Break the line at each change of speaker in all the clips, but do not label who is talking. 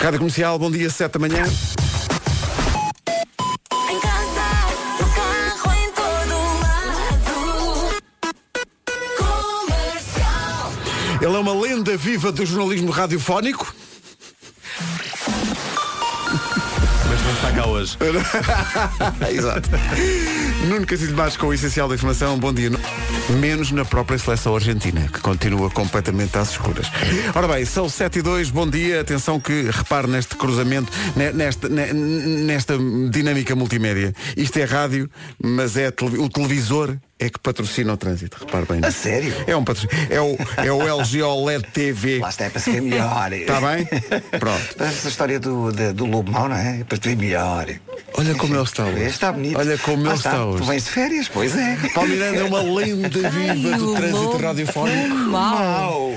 Rádio Comercial, bom dia, 7 da manhã.
Em casa, no carro, em todo lado. Comercial.
Ele é uma lenda viva do jornalismo radiofónico.
Mas não está cá hoje.
Exato. Nuno Castilho Baixo com o essencial da informação. Bom dia. Menos na própria seleção argentina, que continua completamente às escuras. Ora bem, são 7 e 2, bom dia. Atenção que repare neste cruzamento, ne- nesta, ne- nesta dinâmica multimédia. Isto é rádio, mas é tele- o televisor é que patrocina o trânsito. Repare bem. A
sério?
É, um patrocínio. é, o, é o LG OLED TV.
Lá está, é para se ver melhor.
Está Tá bem? Pronto.
Essa história do, de- do lobo mau, não é? É Para te ver melhor.
Olha como ele está hoje.
Ah, Está bonito.
Olha como
Lá
ele está hoje.
Tu vens de férias, pois é.
Paulo Miranda é uma lenda viva do
o
trânsito
lobo
radiofónico.
Mal.
Mau.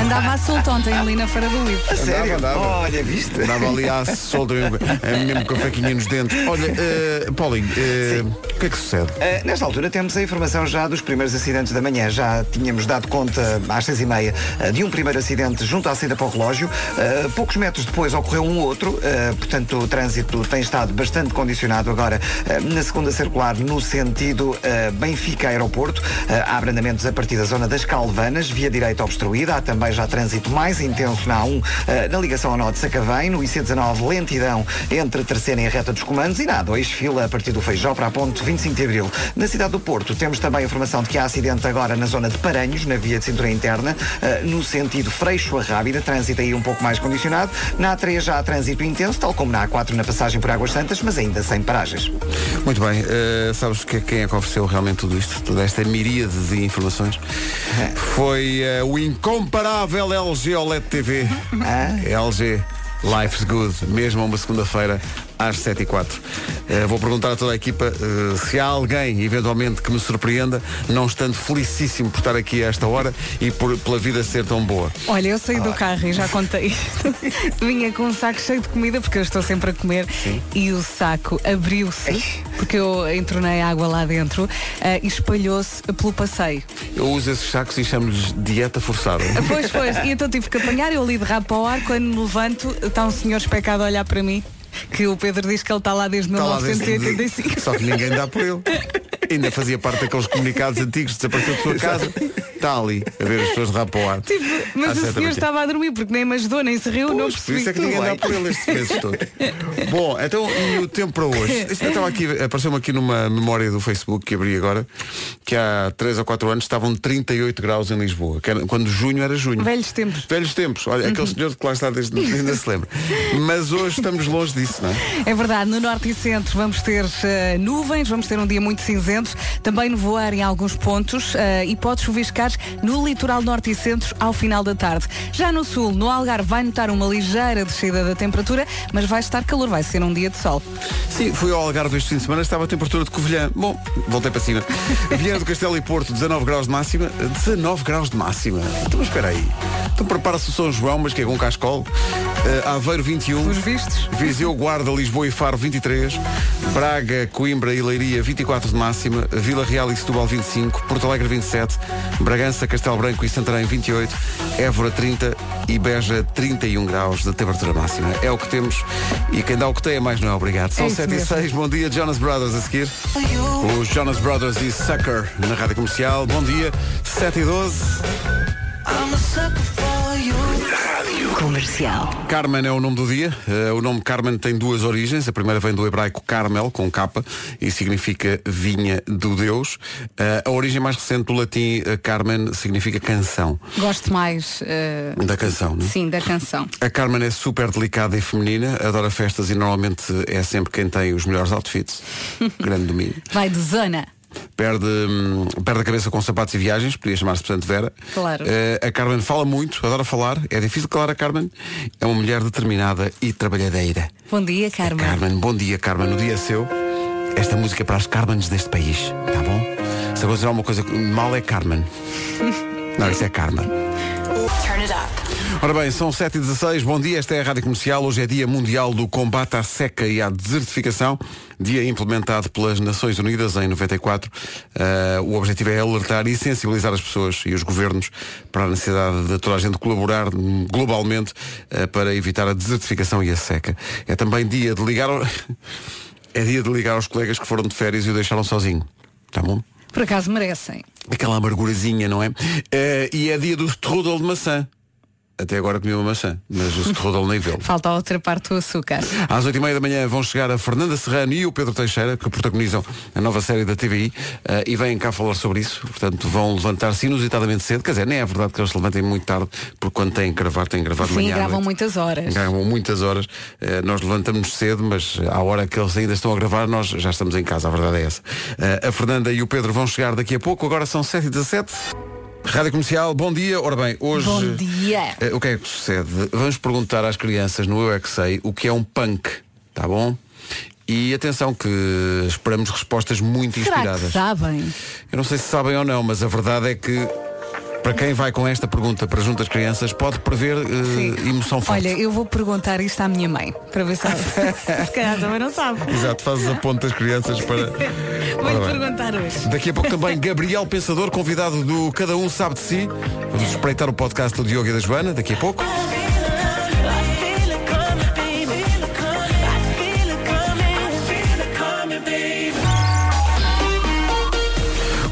Andava a solto ontem ali na Feira do Livro.
A sério?
andava.
Olha, viste?
Dava ali à solda mesmo, é mesmo com a faquinha nos dentes. Olha, eh, Paulinho, eh, o que é que sucede?
Uh, nesta altura temos a informação já dos primeiros acidentes da manhã. Já tínhamos dado conta às seis e meia uh, de um primeiro acidente junto à saída para o relógio. Uh, poucos metros depois ocorreu um outro, uh, portanto o trânsito tem estado bastante condicionado agora uh, na segunda circular no sentido uh, Benfica-Aeroporto. Uh, há abrandamentos a partir da zona das Calvanas, via direita obstruída. Há também já trânsito mais intenso na A1 eh, na ligação ao Nó de Sacavém, no IC19 lentidão entre a terceira e a reta dos comandos e na A2 fila a partir do Feijó para a ponte 25 de Abril. Na cidade do Porto temos também a informação de que há acidente agora na zona de Paranhos, na via de cintura interna, eh, no sentido Freixo a Rábida, trânsito aí um pouco mais condicionado. Na A3 já há trânsito intenso, tal como na A4 na passagem por Águas Santas, mas ainda sem paragens.
Muito bem, eh, sabes que, quem é que ofereceu realmente tudo isto? Toda esta miríade de informações? Foi eh, o incomparável LG OLED TV. LG Life's Good, mesmo a uma segunda-feira às 7 e 04 Eh, vou perguntar a toda a equipa eh, se há alguém, eventualmente, que me surpreenda, não estando felicíssimo por estar aqui a esta hora e por, pela vida ser tão boa.
Olha, eu saí
Ah.
do carro e já contei isto. Vinha com um saco cheio de comida, porque eu estou sempre a comer, e o saco abriu-se, porque eu entronei água lá dentro eh, e espalhou-se pelo passeio.
Eu uso esses sacos e chamo-lhes dieta forçada.
Pois, pois, e então tive que apanhar, eu li de rabo para o ar, quando me levanto, está um senhor especado a olhar para mim, que o Pedro diz que ele está lá desde
Está lá dentro de-
1985.
Só que ninguém dá por ele. Ainda fazia parte daqueles comunicados antigos, desapareceu de sua casa. Está ali, a ver as pessoas de rabo para o ar.
Tipo,
Às
mas
sete
o
da
senhor
manhã.
estava a dormir porque nem me ajudou, nem se riu, não
Pois, Por
percebi.
isso é que ninguém dá por ele estes meses todos. Bom, então e o tempo para hoje? Eu estava aqui, apareceu-me aqui numa memória do Facebook que abri agora, que há 3 ou 4 anos estavam 38 graus em Lisboa, que era- quando junho era junho.
Velhos tempos. Uhum.
Velhos tempos. Olha, aquele senhor que lá está desde ainda se lembra. Mas hoje estamos longe disso, não é?
É verdade, no norte e centro vamos ter eh, nuvens, vamos ter um dia muito cinzento, também nevoar em alguns pontos eh, e pode chuviscar no litoral norte e centro ao final da tarde. Já no sul, no Algarve, vai notar uma ligeira descida da temperatura, mas vai estar calor, vai ser um dia de sol.
Sim, fui ao Algarve este fim de semana, estava a temperatura de Covilhã. Bom, voltei para cima. Viana do Castelo e Porto, 19 graus de máxima. 19 graus de máxima. Então, mas espera aí. Então prepara-se o São João, mas que é com cascol. Eh, Aveiro, 21.
Os vistos?
Viseu, Guarda, Lisboa e Faro 23, Braga, Coimbra e Leiria 24 de máxima, Vila Real e Setúbal 25, Porto Alegre 27, Bragança, Castelo Branco e Santarém 28, Évora 30 e Beja 31 graus de temperatura máxima. É o que temos e quem dá o que tem é mais não é obrigado. São
É isso
7 e
mesmo.
6, bom dia Jonas Brothers a seguir. Os Jonas Brothers e Sucker na Rádio Comercial, bom dia, 7 e 12. Carmen é o nome do dia. Eh, o nome Carmen tem duas origens. A primeira vem do hebraico Carmel, com capa, e significa vinha do Deus. Eh, a origem mais recente do latim eh, Carmen significa canção.
Gosto mais, eh,
Da canção, não é?
sim, da canção.
A Carmen é super delicada e feminina, adora festas e normalmente é sempre quem tem os melhores outfits. Grande domínio.
Vai de zona.
Perde, hum, perde a cabeça com sapatos e viagens, podia chamar-se portanto Vera.
Claro.
Eh, a Carmen fala muito, adora falar, é difícil calar a Carmen. É uma mulher determinada e trabalhadeira.
Bom dia, Carmen.
Carmen, bom dia, Carmen. No dia é seu, esta música é para as Carmens deste país, tá bom? Se acontecer alguma coisa mal é Carmen. Não, isso é Carmen.
Turn it up.
Ora bem, são 7h16, bom dia, esta é a Rádio Comercial. Hoje é Dia Mundial do Combate à Seca e à Desertificação, dia implementado pelas Nações Unidas em 94. Ah, o objetivo é alertar e sensibilizar as pessoas e os governos para a necessidade de toda a gente colaborar hum, globalmente ah, para evitar a desertificação e a seca. É também dia de ligar. ao- É dia de ligar aos colegas que foram de férias e o deixaram sozinho. Tá bom?
Por acaso merecem.
Aquela amargurazinha, não é? Eh, e é dia do strudel de maçã. Até agora comi uma maçã, mas o strudel nem vê
Falta a outra parte do açúcar.
Às 8h30 da manhã vão chegar a Fernanda Serrano e o Pedro Teixeira, que protagonizam a nova série da TVI, eh, e vêm cá falar sobre isso. Portanto, vão levantar-se inusitadamente cedo. Quer dizer, nem é verdade que eles se levantem muito tarde, porque quando têm que gravar, têm que gravar de
Sim,
manhã. é? à
gravam
noite.
muitas horas.
Gravam muitas horas. Eh, nós levantamos cedo, mas à hora que eles ainda estão a gravar, nós já estamos em casa, a verdade é essa. Eh, a Fernanda e o Pedro vão chegar daqui a pouco, agora são 7h17. Rádio Comercial, bom dia. Ora bem, hoje.
Bom dia.
Eh, o que é que sucede? Vamos perguntar às crianças no Eu é que sei o que é um punk, tá bom? E atenção que esperamos respostas muito
Será que
inspiradas.
sabem?
Eu não sei se sabem ou não, mas a verdade é que para quem vai com esta pergunta para junto às crianças pode prever eh, emoção forte.
Olha, eu vou perguntar isto à minha mãe, para ver se ela. se calhar também não sabe.
Exato, fazes a ponta das crianças para.
Vou-lhe
bem.
perguntar hoje.
Daqui a pouco também Gabriel Pensador, convidado do Cada Um Sabe de Si. Vamos espreitar o podcast do Diogo e da Joana, daqui a pouco.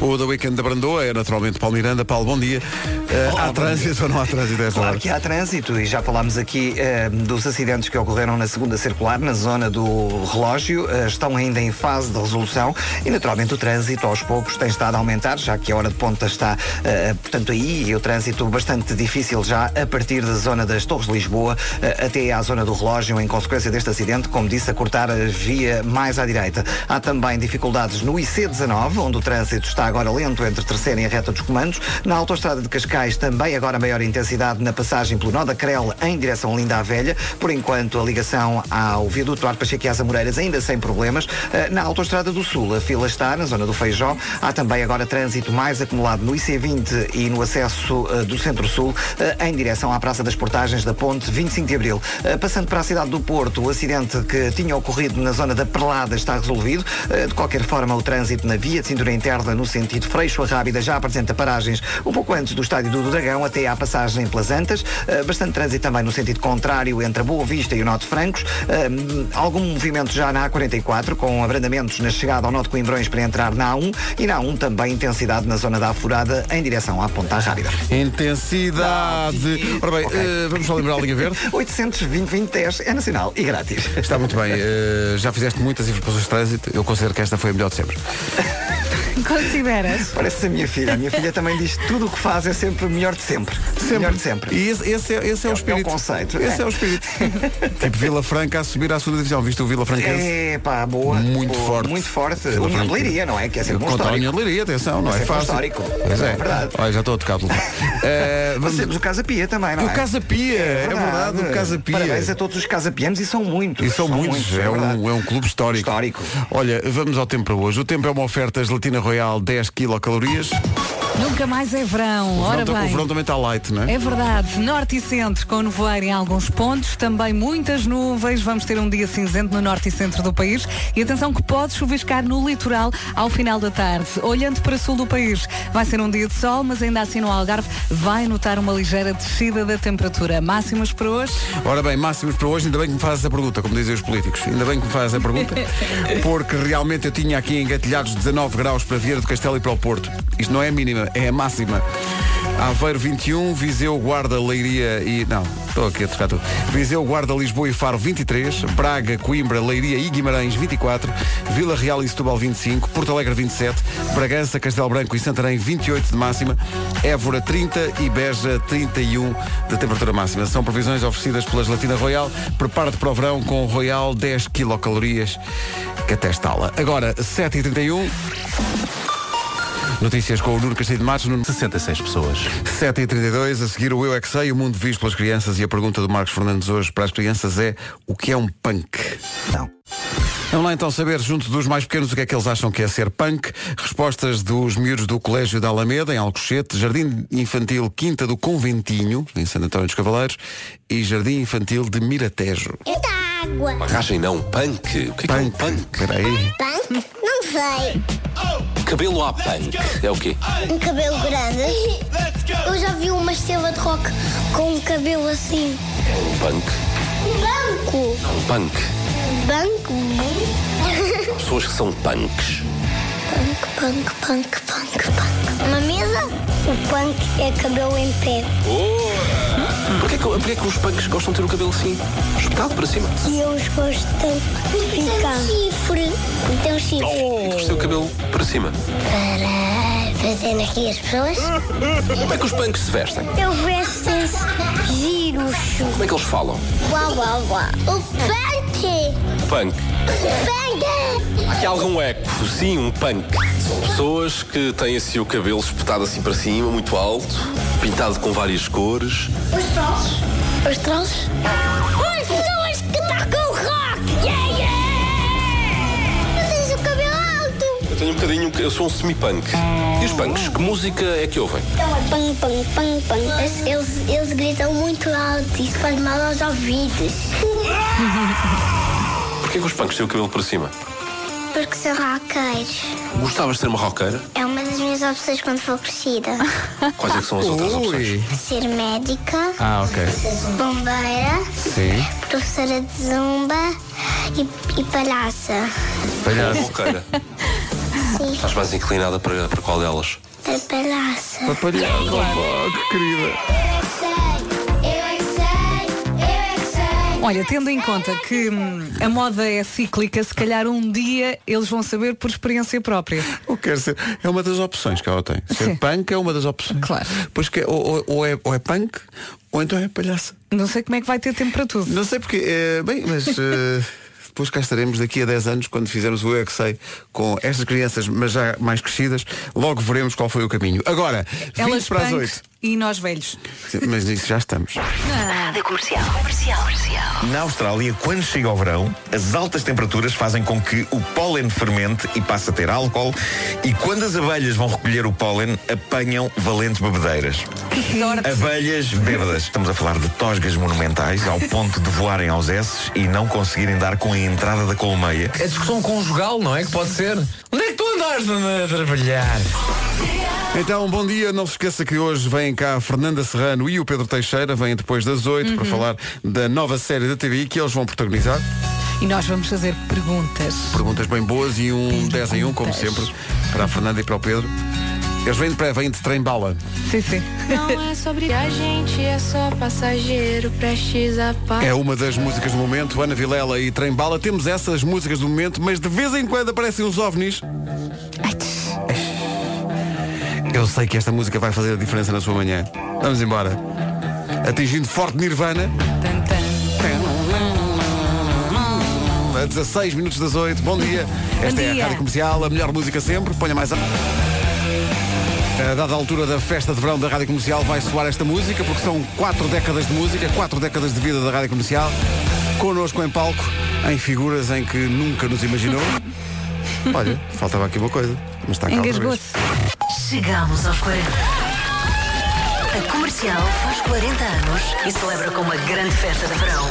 O da Weekend da Brandoa é naturalmente Paulo Miranda. Paulo, bom dia. Eh, há trânsito ou não há trânsito a esta
Claro
hora?
que há trânsito e já falámos aqui eh, dos acidentes que ocorreram na segunda circular, na zona do relógio, eh, estão ainda em fase de resolução e naturalmente o trânsito aos poucos tem estado a aumentar, já que a hora de ponta está, eh, portanto, aí e o trânsito bastante difícil já a partir da zona das Torres de Lisboa eh, até à zona do relógio, em consequência deste acidente, como disse, a cortar a via mais à direita. Há também dificuldades no IC19, onde o trânsito está agora lento entre a terceira e a reta dos comandos. Na autoestrada de Cascais, também agora maior intensidade na passagem pelo Nó da Crel em direção a Linda à Velha. Por enquanto, a ligação ao viaduto Duarte Pacheco e às Amoreiras ainda sem problemas. Eh, Na autoestrada do Sul, a fila está na zona do Feijó. Há também agora trânsito mais acumulado no IC20 e no acesso eh, do Centro-Sul eh, em direção à Praça das Portagens da Ponte 25 de Abril. Eh, Passando para a cidade do Porto, o acidente que tinha ocorrido na zona da Perlada está resolvido. Eh, De qualquer forma, o trânsito na via de cintura interna no sentido Freixo a Rábida já apresenta paragens um pouco antes do estádio do Dragão até à passagem pelas Antas. Eh, Bastante trânsito também no sentido contrário entre a Boa Vista e o Norte Francos. Eh, Algum movimento já na A44 com abrandamentos na chegada ao Norte de Coimbrões para entrar na A1 e na A1 também intensidade na zona da Afurada em direção à Ponta Rábida.
Intensidade. Ora bem,
Ok.
eh, vamos só lembrar a linha verde.
820-2010 é nacional e grátis.
Está muito bem. eh, já fizeste muitas informações de trânsito. Eu considero que esta foi a melhor de sempre.
Consideras?
Parece a minha filha. A minha filha também diz que tudo o que faz é sempre o melhor de sempre. Melhor de sempre.
E esse, esse é, esse é
É
o
o
espírito.
conceito.
Esse é,
É.
o espírito. tipo Vila Franca a subir à segunda divisão. Viste o Vila Franquense?
É pá, boa.
Muito
Boa,
forte.
Muito forte.
Vila
União de
Franca.
Leiria, não é? Que é sempre um
Contra a União
histórico.
de Leiria, atenção, não
Mas
é
é bom
fácil.
histórico.
Pois é.
É verdade.
Olha, já estou a tocar pelo Eh,
Mas
vamos...
temos o Casa Pia também, não
O
é?
Casa Pia, é verdade, o Casa Pia.
Parabéns a todos os Casa Pianos e são muitos.
E são, muitos, é,
verdade.
um, é um clube histórico.
Histórico.
Olha, vamos ao tempo para hoje. O tempo é uma oferta gelatina royal 10 quilocalorias.
Nunca mais é verão.
O
Ora
verão- o
bem.
verão também está light, não é?
É verdade, norte e centro com nevoeiro em alguns pontos, também muitas nuvens, vamos ter um dia cinzento no norte e centro do país e atenção que pode chuviscar no litoral ao final da tarde. Olhando para sul do país, vai ser um dia de sol, mas ainda assim no Algarve vai notar uma ligeira descida da temperatura. Máximas para hoje?
Ora bem, máximos para hoje, ainda bem que me fazes a pergunta, como dizem os políticos. Ainda bem que me fazes a pergunta, porque realmente eu tinha aqui engatilhados 19 graus para Vieira do Castelo e para o Porto. Isto não é a mínima, é a máxima. Aveiro 21, Viseu, Guarda, Leiria e... Não, estou aqui a trocar tudo. Viseu, Guarda, Lisboa e Faro 23, Braga, Coimbra, Leiria e Guimarães 24, Vila Real e Setúbal 25, Porto Alegre 27, Bragança, Castelo Branco e Santarém 28 de máxima, Évora 30 e Beja 31 de temperatura máxima. São previsões oferecidas pela Gelatina Royal. Prepara-te para o verão com Royal 10 quilocalorias que até estala. Agora, 7h31. Notícias com o Nuno Castilho de Matos, Nuno
66 pessoas.
7h32, a seguir o Eu É Que Sei, o mundo visto pelas crianças e a pergunta do Marcos Fernandes hoje para as crianças é o que é um punk?
Não.
Vamos lá então saber, junto dos mais pequenos, o que é que eles acham que é ser punk. Respostas dos miúdos do Colégio da Alameda, em Alcochete, Jardim Infantil Quinta do Conventinho, em Santo António dos Cavaleiros, e Jardim Infantil de Miratejo.
É da água.
Barragem não, punk. O que é, que é um punk?
Peraí.
Punk? Não sei.
Cabelo à punk. É o quê?
Um cabelo grande. Eu já vi uma estrela de rock com um cabelo assim.
Um punk.
Banco.
Um punk.
Banco.
Há pessoas que são punks.
Punk, punk, punk, punk, punk. Uma mesa? O punk é cabelo em pé.
Porquê que, porquê que os punks gostam de ter o cabelo assim? Espetado para cima.
E eu gosto tanto de ficar. Tem chifre. Tem chifre.
Porquê que os têm o cabelo para cima?
Para fazer aqui as pessoas.
Como é que os punks se vestem?
Eu vestes giros.
Como é que eles falam?
Uau, uau, uau. O punk.
Punk.
Punk.
Há aqui algum eco. Sim, um punk. São pessoas que têm assim o cabelo espetado assim para cima, muito alto, pintado com várias cores.
Os trolls. Os trolls? As pessoas que tocam rock! Yeah, yeah! Tu tens o cabelo alto!
Eu tenho um bocadinho, eu sou um semi-punk. E os punks, que música é que ouvem?
Pam, pam, pam, pam. Eles, eles, eles gritam muito alto, isso faz mal aos ouvidos.
Porquê que os punks têm o cabelo para cima?
Porque são roqueiros.
Gostavas de ser uma roqueira?
É uma das minhas opções quando for crescida.
Quais é que são as outras opções?
Ui.
Ser médica,
Ah, ok.
bombeira,
Sim.
professora de zumba e, e palhaça.
Palhaço.
É.
Roqueira.
Sim.
Estás mais inclinada para, para qual delas?
Para É palhaça.
Palhaço. Oh, que querida.
Olha, tendo em conta que hum, a moda é cíclica, se calhar um dia eles vão saber por experiência própria.
Eu quero ser. É uma das opções que ela tem. Ser
Sim.
punk é uma das opções.
Claro.
Pois que é- ou, ou- ou é, ou é punk, ou então é palhaça.
Não sei como é que vai ter tempo para tudo.
Não sei porque. eh, bem, mas. eh, Depois cá estaremos daqui a 10 anos, quando fizermos o Eu É Que Sei com estas crianças, mas já mais crescidas, logo veremos qual foi o caminho. Agora, 20
Elas
para as
punk
8.
e nós velhos.
Mas nisso já estamos.
Rádio comercial. Comercial. Comercial.
Na Austrália, quando chega ao verão, as altas temperaturas fazem com que o pólen fermente e passe a ter álcool. E quando as abelhas vão recolher o pólen, apanham valentes bebedeiras.
Que sorte.
Abelhas bêbadas. Estamos a falar de tosgas monumentais ao ponto de voarem aos S e não conseguirem dar com a entrada da colmeia.
É discussão conjugal, não é? Que pode ser. Onde é que tu andas a trabalhar?
Então, bom dia. Não se esqueça que hoje vêm cá a Fernanda Serrano e o Pedro Teixeira, vêm depois das 8
Uhum.
para falar da nova série da TV que eles vão protagonizar.
E nós vamos fazer perguntas.
Perguntas bem boas e um 10 em 1, como sempre, para a Fernanda e para o Pedro. Eles vêm de pré, vêm de trem-bala.
Sim, sim.
Não é sobre a gente, é só passageiro, prestes a par.
É uma das músicas do momento, Ana Vilela e Trem-Bala. Temos essas músicas do momento, mas de vez em quando aparecem uns ovnis. Eu sei que esta música vai fazer a diferença na sua manhã. Vamos embora. Atingindo forte Nirvana.
Tan, tan.
A 16 minutos das 8. Bom dia. Esta é
dia.
a Rádio Comercial, a melhor música sempre. Ponha mais a. A dada a altura da festa de verão da Rádio Comercial vai soar esta música, porque são quatro décadas de música, quatro décadas de vida da Rádio Comercial, connosco em palco, em figuras em que nunca nos imaginou. Olha, faltava aqui uma coisa, mas está cá outra vez.
Engasgou-se.
Chegamos aos 40. A Comercial faz 40 anos e celebra com uma grande festa de verão.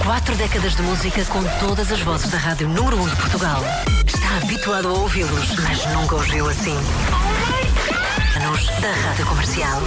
Quatro décadas de música com todas as vozes da Rádio Número 1 de Portugal. Está habituado a ouvi-los, mas nunca os viu assim. Anos da Rádio Comercial.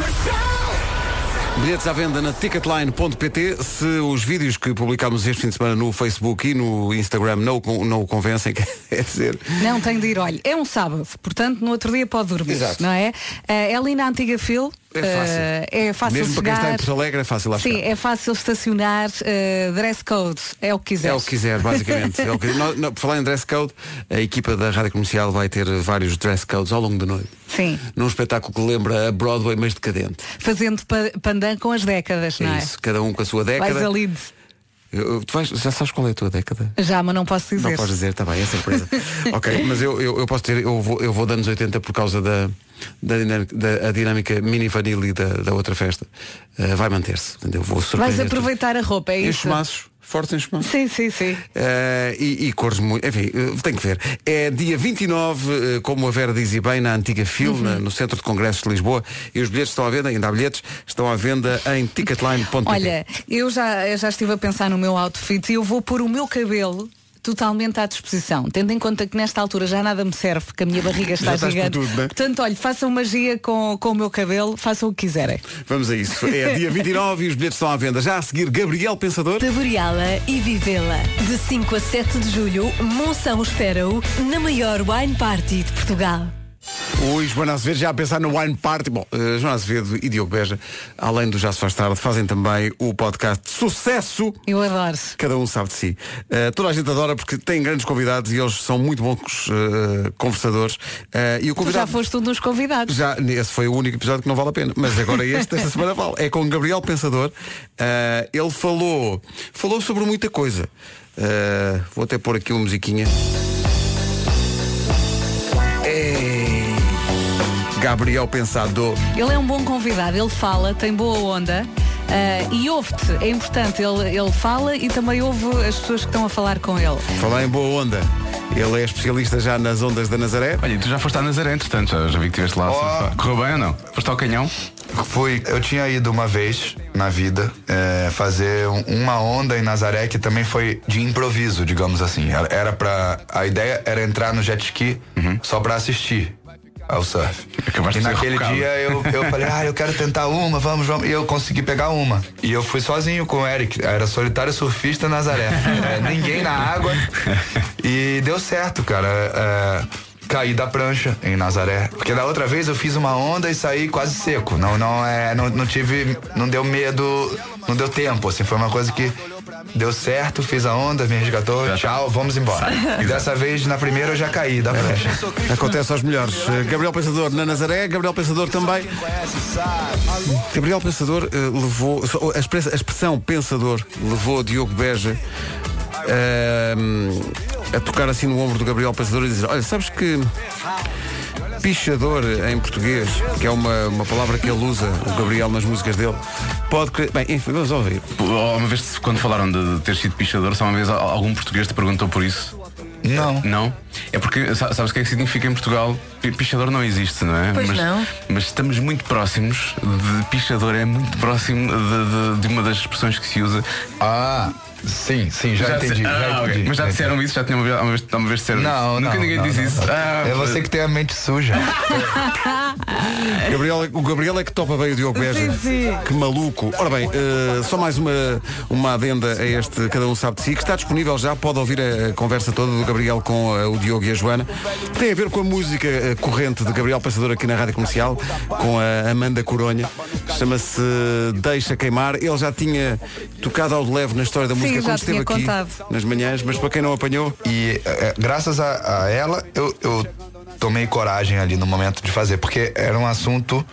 Bilhetes à venda na ticketline.pt. Se os vídeos que publicámos este fim de semana no Facebook e no Instagram não, o con- não o convencem, quer dizer,
Não tem de ir, olha, é um sábado, portanto no outro dia pode dormir,
Exato.
não é? Eh, é ali na antiga Phil,
É fácil.
eh, é fácil
Mesmo para quem
chegar.
está em Porto Alegre, é fácil lá
Sim,
chegar.
é fácil estacionar, eh, dress code, é o que quiser.
É o que quiser, basicamente. É o que- Não- não, por falar em dress code, a equipa da Rádio Comercial vai ter vários dress codes ao longo da noite.
Sim.
Num espetáculo que lembra a Broadway, mas decadente.
Fazendo pa- pandan com as décadas, não
É
é?
isso, cada um com a sua
Vais
década.
ali de
Eu- Tu vais, já sabes qual é a tua década?
Já, mas não posso dizer.
Não podes dizer, está bem, é surpresa. ok, mas eu, eu, eu posso ter, eu vou, eu vou de anos 80 por causa da, da, dinâmica- da- a dinâmica mini vanille da, da outra festa. Eh, vai manter-se. Portanto, Eu vou
Vais
surpreender.
aproveitar a roupa, é isso?
Enchumaços, fortes enchumaços.
Sim, sim, sim.
Eh, e, e cores muito. Enfim, eh, tem que ver. É dia 29, eh, como a Vera dizia bem, na antiga FIL, na- no Centro de Congressos de Lisboa. E os bilhetes estão à venda, ainda há bilhetes, estão à venda em ticketline.pt.
Olha, eu já, eu já estive a pensar no meu outfit e eu vou pôr o meu cabelo totalmente à disposição, tendo em conta que nesta altura já nada me serve, que a minha barriga
Já
está
estás com
gigante.
tudo, né?
Portanto, olha, façam magia com, com o meu cabelo, façam o que quiserem.
Vamos a isso. É dia 29 e os bilhetes estão à venda. Já a seguir, Gabriel Pensador.
Saboreá-la e vivê-la. De 5 a 7 de julho, Monção espera-o na maior wine party de Portugal.
O Joana Azevedo já a pensar no Wine Party. Bom, eh, Joana Azevedo e Diogo Beja, além do Já Se Faz Tarde, fazem também o podcast de Sucesso.
Eu adoro.
Cada um sabe de si. Eh, toda a gente adora porque tem grandes convidados e eles são muito bons eh, conversadores. Eh, e o
Tu já
convidado.
foste um dos convidados.
Já, esse foi o único episódio que não vale a pena. Mas agora este, esta semana vale. É com o Gabriel Pensador. Ah, ele falou, falou sobre muita coisa. Ah, vou até pôr aqui uma musiquinha. Ei, Gabriel Pensador.
Ele é um bom convidado, ele fala, tem boa onda. ah, e ouve-te, é importante, ele, ele fala e também ouve as pessoas que estão a falar com ele.
Falar em boa onda. Ele é especialista já nas ondas da Nazaré. Oh.
Olha, e tu já foste à Nazaré, entretanto, já, já vi que estiveste lá. Correu bem ou não? Foste ao canhão?
Fui, eu tinha ido uma vez na vida é, fazer um- uma onda em Nazaré que também foi de improviso, digamos assim. Era, era para a ideia era entrar no jet ski só pra assistir ao surf.
Acabaste
E
de ser
naquele
rocado.
dia eu, eu falei, ah, eu quero tentar uma, vamos, vamos. E eu consegui pegar uma. E eu fui sozinho com o Eric, era solitário surfista Nazaré. É, ninguém na água. E deu certo, cara. É, caí da prancha em Nazaré. Porque da outra vez eu fiz uma onda e saí quase seco. Não, não, é, não, não tive. Não deu medo. Não deu tempo. Assim, foi uma coisa que deu certo, fiz a onda, me resgatou,
tá.
tchau, vamos embora. E dessa vez, na primeira, eu já caí da
É.
prancha.
Acontece aos melhores. Eh, Gabriel Pensador na Nazaré, Gabriel Pensador também. Gabriel Pensador eh, levou. só- A express- a expressão pensador levou Diogo Beja eh, a tocar assim no ombro do Gabriel Pensador e dizer, olha, sabes que pichador em português, que é uma, uma palavra que ele usa, o Gabriel, nas músicas dele, pode. crer-" Bem, enfim, vamos ouvir.
Uma vez, quando falaram de de ter sido pichador, só uma vez al- algum português te perguntou por isso?
Não.
Não? É porque, sa- sabes o que é que significa em Portugal? Pi- Pichador não existe, não é?
Pois
mas,
não.
mas estamos muito próximos de pichador, é muito próximo de, de- de uma das expressões que se usa.
Ah, sim, sim, já entendi, já
Ah, ok.
entendi,
Mas já
já
disseram isso? Já tinham uma vez- uma vez, uma vez disseram isso?
Não,
Nunca
não,
ninguém
não,
diz
não,
isso.
não.
Ah,
É você que tem a mente suja.
Gabriel- o Gabriel é que topa bem o Diogo Beja.
Sim, sim.
Que maluco. Ora bem, eh, só mais uma, uma adenda a este Cada Um Sabe de Si, que está disponível já, pode ouvir a, a conversa toda do Gabriel com eh, o Diogo e a Joana. Tem a ver com a música eh, corrente de Gabriel Pensador aqui na Rádio Comercial, com a Amanda Coronha. Chama-se Deixa Queimar. Ele já tinha tocado ao de leve na história da
Sim,
música
já
quando esteve
tinha
aqui
contado.
nas manhãs, mas para quem não apanhou.
E eh, graças a, a ela, eu, eu tomei coragem ali no momento de fazer, porque era um assunto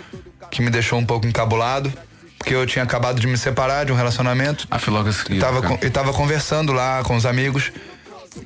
que me deixou um pouco encabulado, porque eu tinha acabado de me separar de um relacionamento.
Ah, foi logo a seguir.
E tava, con- e tava conversando lá com os amigos,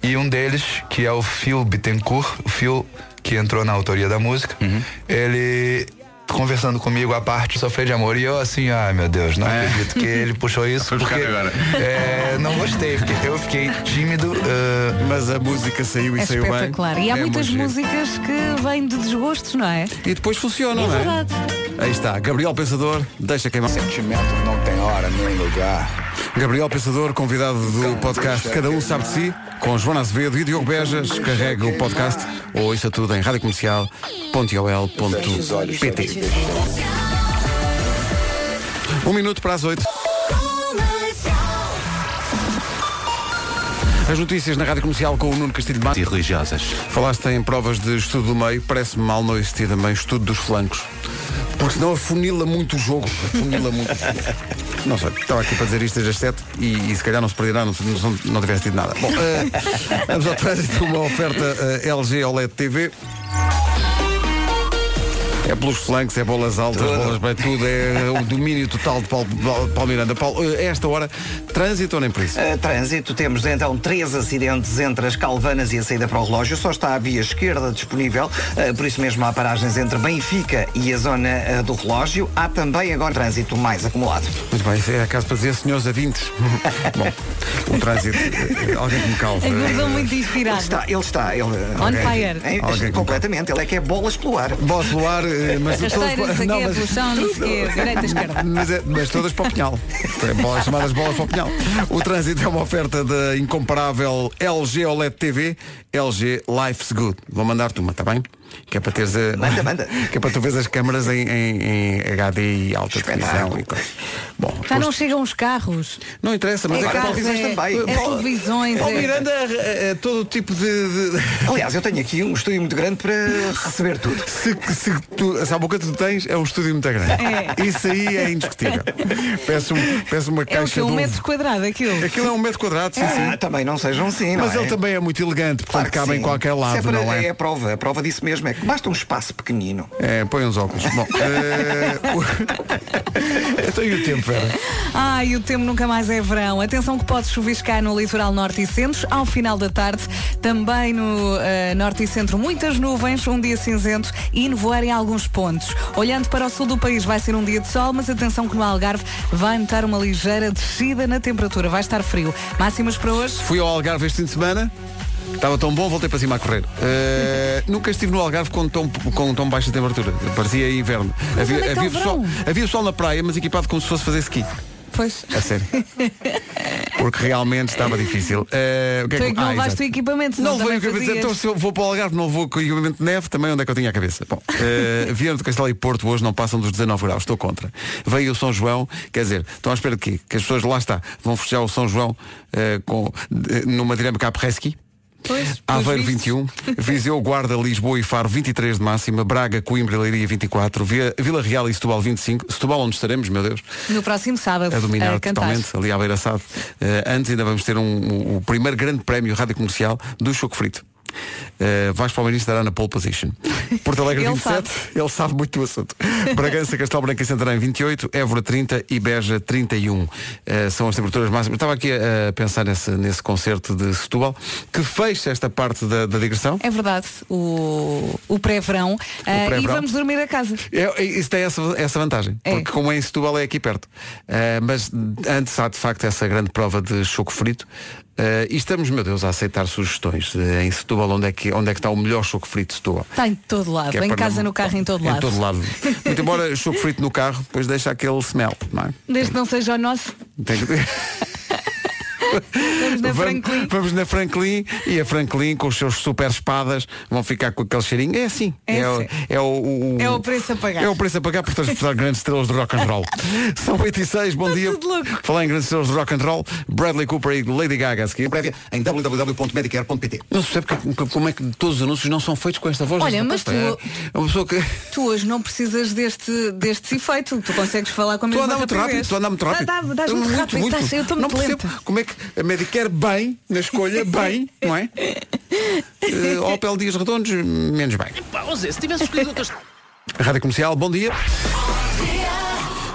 e um deles, que é o Phil Bittencourt, o Phil que entrou na autoria da música,
Uhum.
ele conversando comigo a parte sofrer de amor e eu assim, ai meu Deus, não
É.
acredito que ele puxou isso porque é, não gostei, porque eu fiquei tímido. ah,
Mas a música saiu
É espetacular. E há muitas músicas que vêm de desgostos, não é?
E depois funcionam,
é
não é?
verdade.
Aí está, Gabriel Pensador, deixa queimar. Sentimento não tem hora nem lugar. Gabriel Pensador, convidado do podcast Cada Um Sabe de Si, com Joana Azevedo e Diogo Beja, descarrega o podcast ou ouça tudo em radiocomercial.ol.pt Um minuto para as oito. As notícias na Rádio Comercial com o Nuno Castilho de Matos. E religiosas. Falaste em provas de estudo do meio, parece-me mal não existir também estudo dos flancos. Porque senão afunila muito o jogo. Afunila muito. não sei, estava aqui para dizer isto às 7 e, e se calhar não se perderá, não, não, não tivesse tido nada. Bom, eh, vamos ao trânsito, uma oferta eh, LG OLED TV. É pelos flanks, é bolas altas, bolas para tudo, é o domínio total de Paulo, Paulo Miranda. Paulo, eh, esta hora, trânsito ou nem por isso?
Uh, trânsito, temos então três acidentes entre as Calvanas e a saída para o relógio. Só está a via esquerda disponível, uh, por isso mesmo há paragens entre Benfica e a zona uh, do relógio. Há também agora trânsito mais acumulado.
Muito bem, isso é acaso para dizer senhores ouvintes. Bom, o trânsito, eh, alguém que me calve.
Aguardou muito inspirado.
Ele está, ele está. Ele, uh,
On
alguém-
fire.
É,
Alguém-
completamente, ele é que é bolas pelo ar.
Bolas pelo ar, eh, mas
Rasteiras, aqui,
Não,
a
mas-
poluição, não sei o quê, direita, esquerda.
Mas, é- mas todas para o Pinhal. Tem Bolas, chamadas bolas para o Pinhal. O trânsito é uma oferta da incomparável LG OLED TV, LG Life's Good. Vou mandar-te uma, está bem? Que é para teres a. Manda, manda. Que é para tu veres as câmaras em, em- em HD e alta definição e coisas. Bom,
Já não chegam os carros.
Não interessa, mas
é
é que há
carros,
televisões
é,
também.
É
Paulo-
televisões.
Paulo
é-
Miranda,
eh,
é, é, todo o tipo de, de-
Aliás, eu tenho aqui um estúdio muito grande para receber tudo.
Se, se tu, sabe o que tu tens é um estúdio muito grande.
É.
Isso aí é indiscutível. Peço, um- peço uma
É o
caixa
que?
de
Um
ovo.
metro quadrado, aquilo.
Aquilo é um metro quadrado, sim,
Ah,
sim.
também não sejam assim,
Mas
não é?
ele também é muito elegante, portanto
que
cabe em
sim.
qualquer
Isso
lado,
é, para-
não é?
a prova, a prova disso mesmo é que basta um espaço pequenino.
É, põe uns óculos. Bom, eh, o- eu tenho o tempo, Vera.
Ai, o tempo nunca mais é verão. Atenção que pode chuviscar no litoral norte e centro ao final da tarde. Também no eh, norte e centro muitas nuvens, um dia cinzento e nevoar em alguns pontos. Olhando para o sul do país vai ser um dia de sol, mas atenção que no Algarve vai notar uma ligeira descida na temperatura. Vai estar frio. Máximas para hoje?
Fui ao Algarve este fim de semana. Estava tão bom, voltei para cima a correr. Eh, nunca estive no Algarve com tão, com tão baixa temperatura. Parecia inverno.
onde é que está o
sol,
verão?
havia sol na praia, mas equipado como se fosse fazer ski.
Pois.
A sério. Porque realmente estava difícil. Eh, o
Tu é que não
Ah,
levaste
exato.
o equipamento, senão
Não veio
também
o cabelo.
fazias.
Então se eu vou para o Algarve, não vou com equipamento de neve, também onde é que eu tinha a cabeça? Bom, eh, Viana do Castelo e Porto hoje não passam dos 19 graus, estou contra. Veio o São João, quer dizer, estão à espera de quê? Que as pessoas lá está, vão festejar o São João eh, com, de- numa dinâmica à Presqui.
Pois,
Aveiro
pelos vistos.
21, Viseu, Guarda, Lisboa e Faro 23 de máxima, Braga, Coimbra e Leiria 24, Via- Vila Real e Setúbal 25, Setúbal onde estaremos, meu Deus,
No próximo sábado, eh,
a É dominar
cantar.
totalmente ali à beira assado. Eh, antes ainda vamos ter um, um- o primeiro grande prémio rádio comercial do Choco Frito. Uh, Vasco Palmeiras estará na pole position. Porto Alegre
Ele
27, ele sabe muito do assunto. Bragança, Castelo Branco e Santarém 28, Évora 30 e Beja 31. Uh, são as temperaturas máximas. Estava aqui a, a pensar nesse, nesse concerto de Setúbal que fecha esta parte da, da digressão.
É verdade, o, o pré-verão. Ah, e
pré-verão.
vamos dormir a casa.
É, é- isso tem essa, essa vantagem,
É.
porque como é em Setúbal é aqui perto. Ah, mas antes há de facto essa grande prova de choco frito. Ah, e estamos, meu Deus, a aceitar sugestões eh, em Setúbal, onde é, que, onde é que está o melhor choco frito de Setúbal.
Está em todo lado,
Que é
em
para
casa,
não-
no carro, em todo lado.
Em todo lado. Muito embora choco frito no carro, depois deixa aquele smell, não é?
Desde que não seja o nosso,
Tem que-
estamos na
vamos,
Franklin.
vamos na Franklin e a Franklin com os seus super espadas vão ficar com aquele cheirinho. É assim.
É
o,
assim.
é, o, o-
É o preço a pagar.
É o preço a pagar por transportar grandes estrelas de rock and roll. São 8 e 6,
Tá
bom dia. Falar em grandes estrelas de rock and roll, Bradley Cooper e Lady Gaga a seguir. Prévia em www.medicare.pt. Não se percebe que- como é que todos os anúncios não são feitos com esta voz.
Olha,
desta
mas
testa.
tu-
É uma pessoa que.
Tu hoje não precisas deste, deste efeito, tu consegues falar com a
Estou a
mesma
andar muito rápido,
rapidez.
estou a andar muito rápido.
Dá- dá- dás muito rápido, estás- eu estou
não
muito lenta.
percebo como é que a Medicare bem, na escolha, bem, não é? Eh, Opel Dias Redondos, menos bem.
é, se tivesse escolhido outras...
Rádio Comercial, bom dia.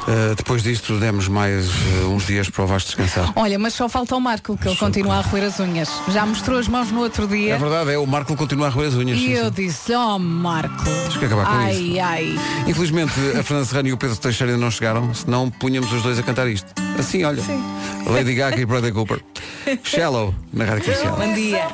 Eh, depois disto demos mais eh, uns dias para o Vasco descansar.
Olha, mas só falta o Marco, que ele continua a roer as unhas. Já mostrou as mãos no outro dia.
É verdade, é o Marco continua a roer as unhas.
e
sim,
eu
sim.
disse, oh Marco.
Tens que acabar com
ai,
isso.
ai.
Infelizmente a Fernanda Serrano e o Pedro Teixeira ainda não chegaram, senão punhamos os dois a cantar isto. Assim, olha. Lady Gaga e Brother Cooper. Shallow na Rádio Comercial.
Bom dia.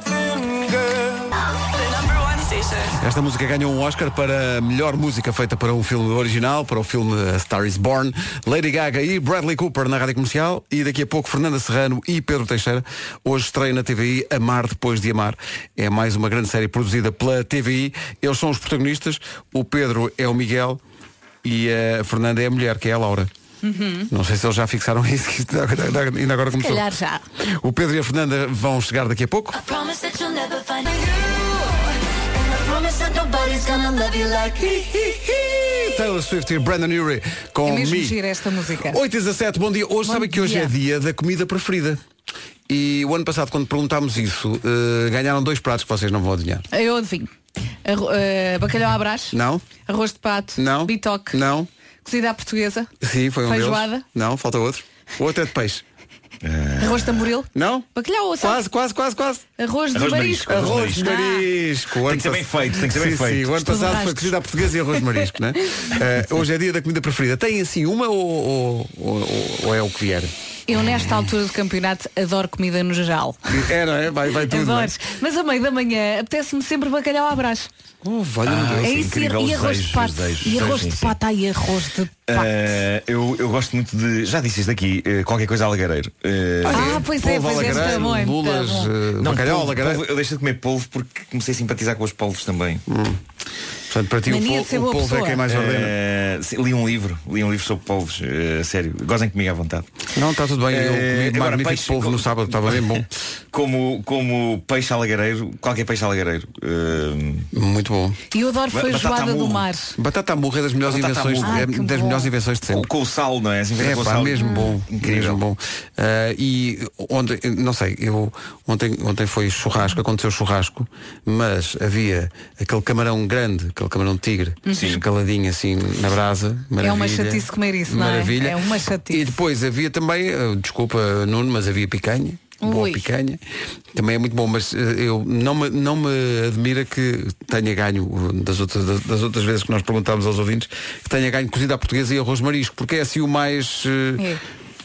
Esta música ganhou um Oscar para a melhor música feita para um filme original, para o filme A Star is Born. Lady Gaga e Bradley Cooper na rádio comercial e daqui a pouco Fernanda Serrano e Pedro Teixeira. Hoje estreia na TVI Amar Depois de Amar. É mais uma grande série produzida pela TVI. Eles são os protagonistas. O Pedro é o Miguel e a Fernanda é a mulher, que é a Laura.
Uhum.
Não sei se eles já fixaram isso, que isto ainda agora
Se
começou.
calhar já.
O Pedro e a Fernanda vão chegar daqui a pouco.
Promise that you'll never find you. And I promise that nobody's gonna love you like me.
Taylor Swift e Brandon Urie
É
com
mesmo
Me.
gira esta música.
8 e 17, bom dia. Hoje
Bom
sabem que hoje
dia.
é dia da comida preferida. E o ano passado, quando perguntámos isso, eh, ganharam dois pratos que vocês não vão adivinhar.
Eu adivinho. Uh, arro- eh, bacalhau à brás,
Não?
arroz de pato,
Não?
bitoque,
Não?
cozida à portuguesa,
Sim, foi um
Feijoada?
deles. Não, falta outro. O outro é de peixe.
arroz de tamboril,
Não?
bacalhau ou
É. Quase, quase, quase, quase.
Arroz de marisco.
Arroz de marisco.
Tem que ser bem feito, tem que ser bem
Sim,
feito.
Sim, o ano
Estou
passado foi
rastos.
cozida à portuguesa e arroz de marisco, né? Eh, hoje é dia da comida preferida. Tem assim uma ou, ou- ou- ou é o que vier?
Eu nesta altura do campeonato adoro comida no geral.
É, não é? Vai, vai tudo. não é?
Adoro. Mas a meio da manhã apetece-me sempre bacalhau à brás.
Oh, valha
Ah,
é
sim,
isso e,
incrível,
e arroz de
desejo,
pato.
desejo,
E arroz
desejo,
de
sim,
pato, ai, arroz de pato.
Eh, eu, eu gosto muito de. Já disse isto aqui, eh, qualquer coisa alagareiro. Eh,
Ah, pois é, pois é, está bom, está bom.
Não,
bacalhau,
polvo,
alagareiro.
polvo, eu deixo de comer polvo porque comecei a simpatizar com os polvos também.
Hum. Portanto, para ti o Mania de polvo- ser o boa polvo é pessoa. quem mais ordena.
Eh, sim, li um livro, li um livro sobre polvos, eh, sério. Gozem comigo à vontade.
Não, está tudo bem. Eu
Eh,
comi
agora,
magnífico
peixe,
polvo no sábado, estava bem bom.
Como, como peixe alagareiro, qualquer peixe alagareiro. eh,
Muito bom.
E eu adoro
Ba-
feijoada
batata
do
murro.
mar.
Batata à morra é das melhores
Batata à
invenções,
murro.
é
Ai, que
das
bom.
melhores invenções de sempre.
Com o sal, não é? Assim,
É
com o
pá,
sal.
mesmo
Hum.
bom,
Incrível.
mesmo bom. Ah, e ontem, não sei, eu ontem, ontem foi churrasco, aconteceu churrasco, mas havia aquele camarão grande, aquele camarão tigre, escaladinho assim na brasa.
Uhum. É uma
maravilha,
chatice comer isso, não é?
Maravilha.
É uma chatice.
E depois havia também, ah, desculpa Nuno, mas havia picanha. Boa
Ui.
picanha. Também é muito bom, mas eh, eu não me, não me admira que tenha ganho eh, das outras, das- das outras vezes que nós perguntámos aos ouvintes, que tenha ganho cozida à portuguesa e arroz de marisco, porque é assim o mais. eh,
É.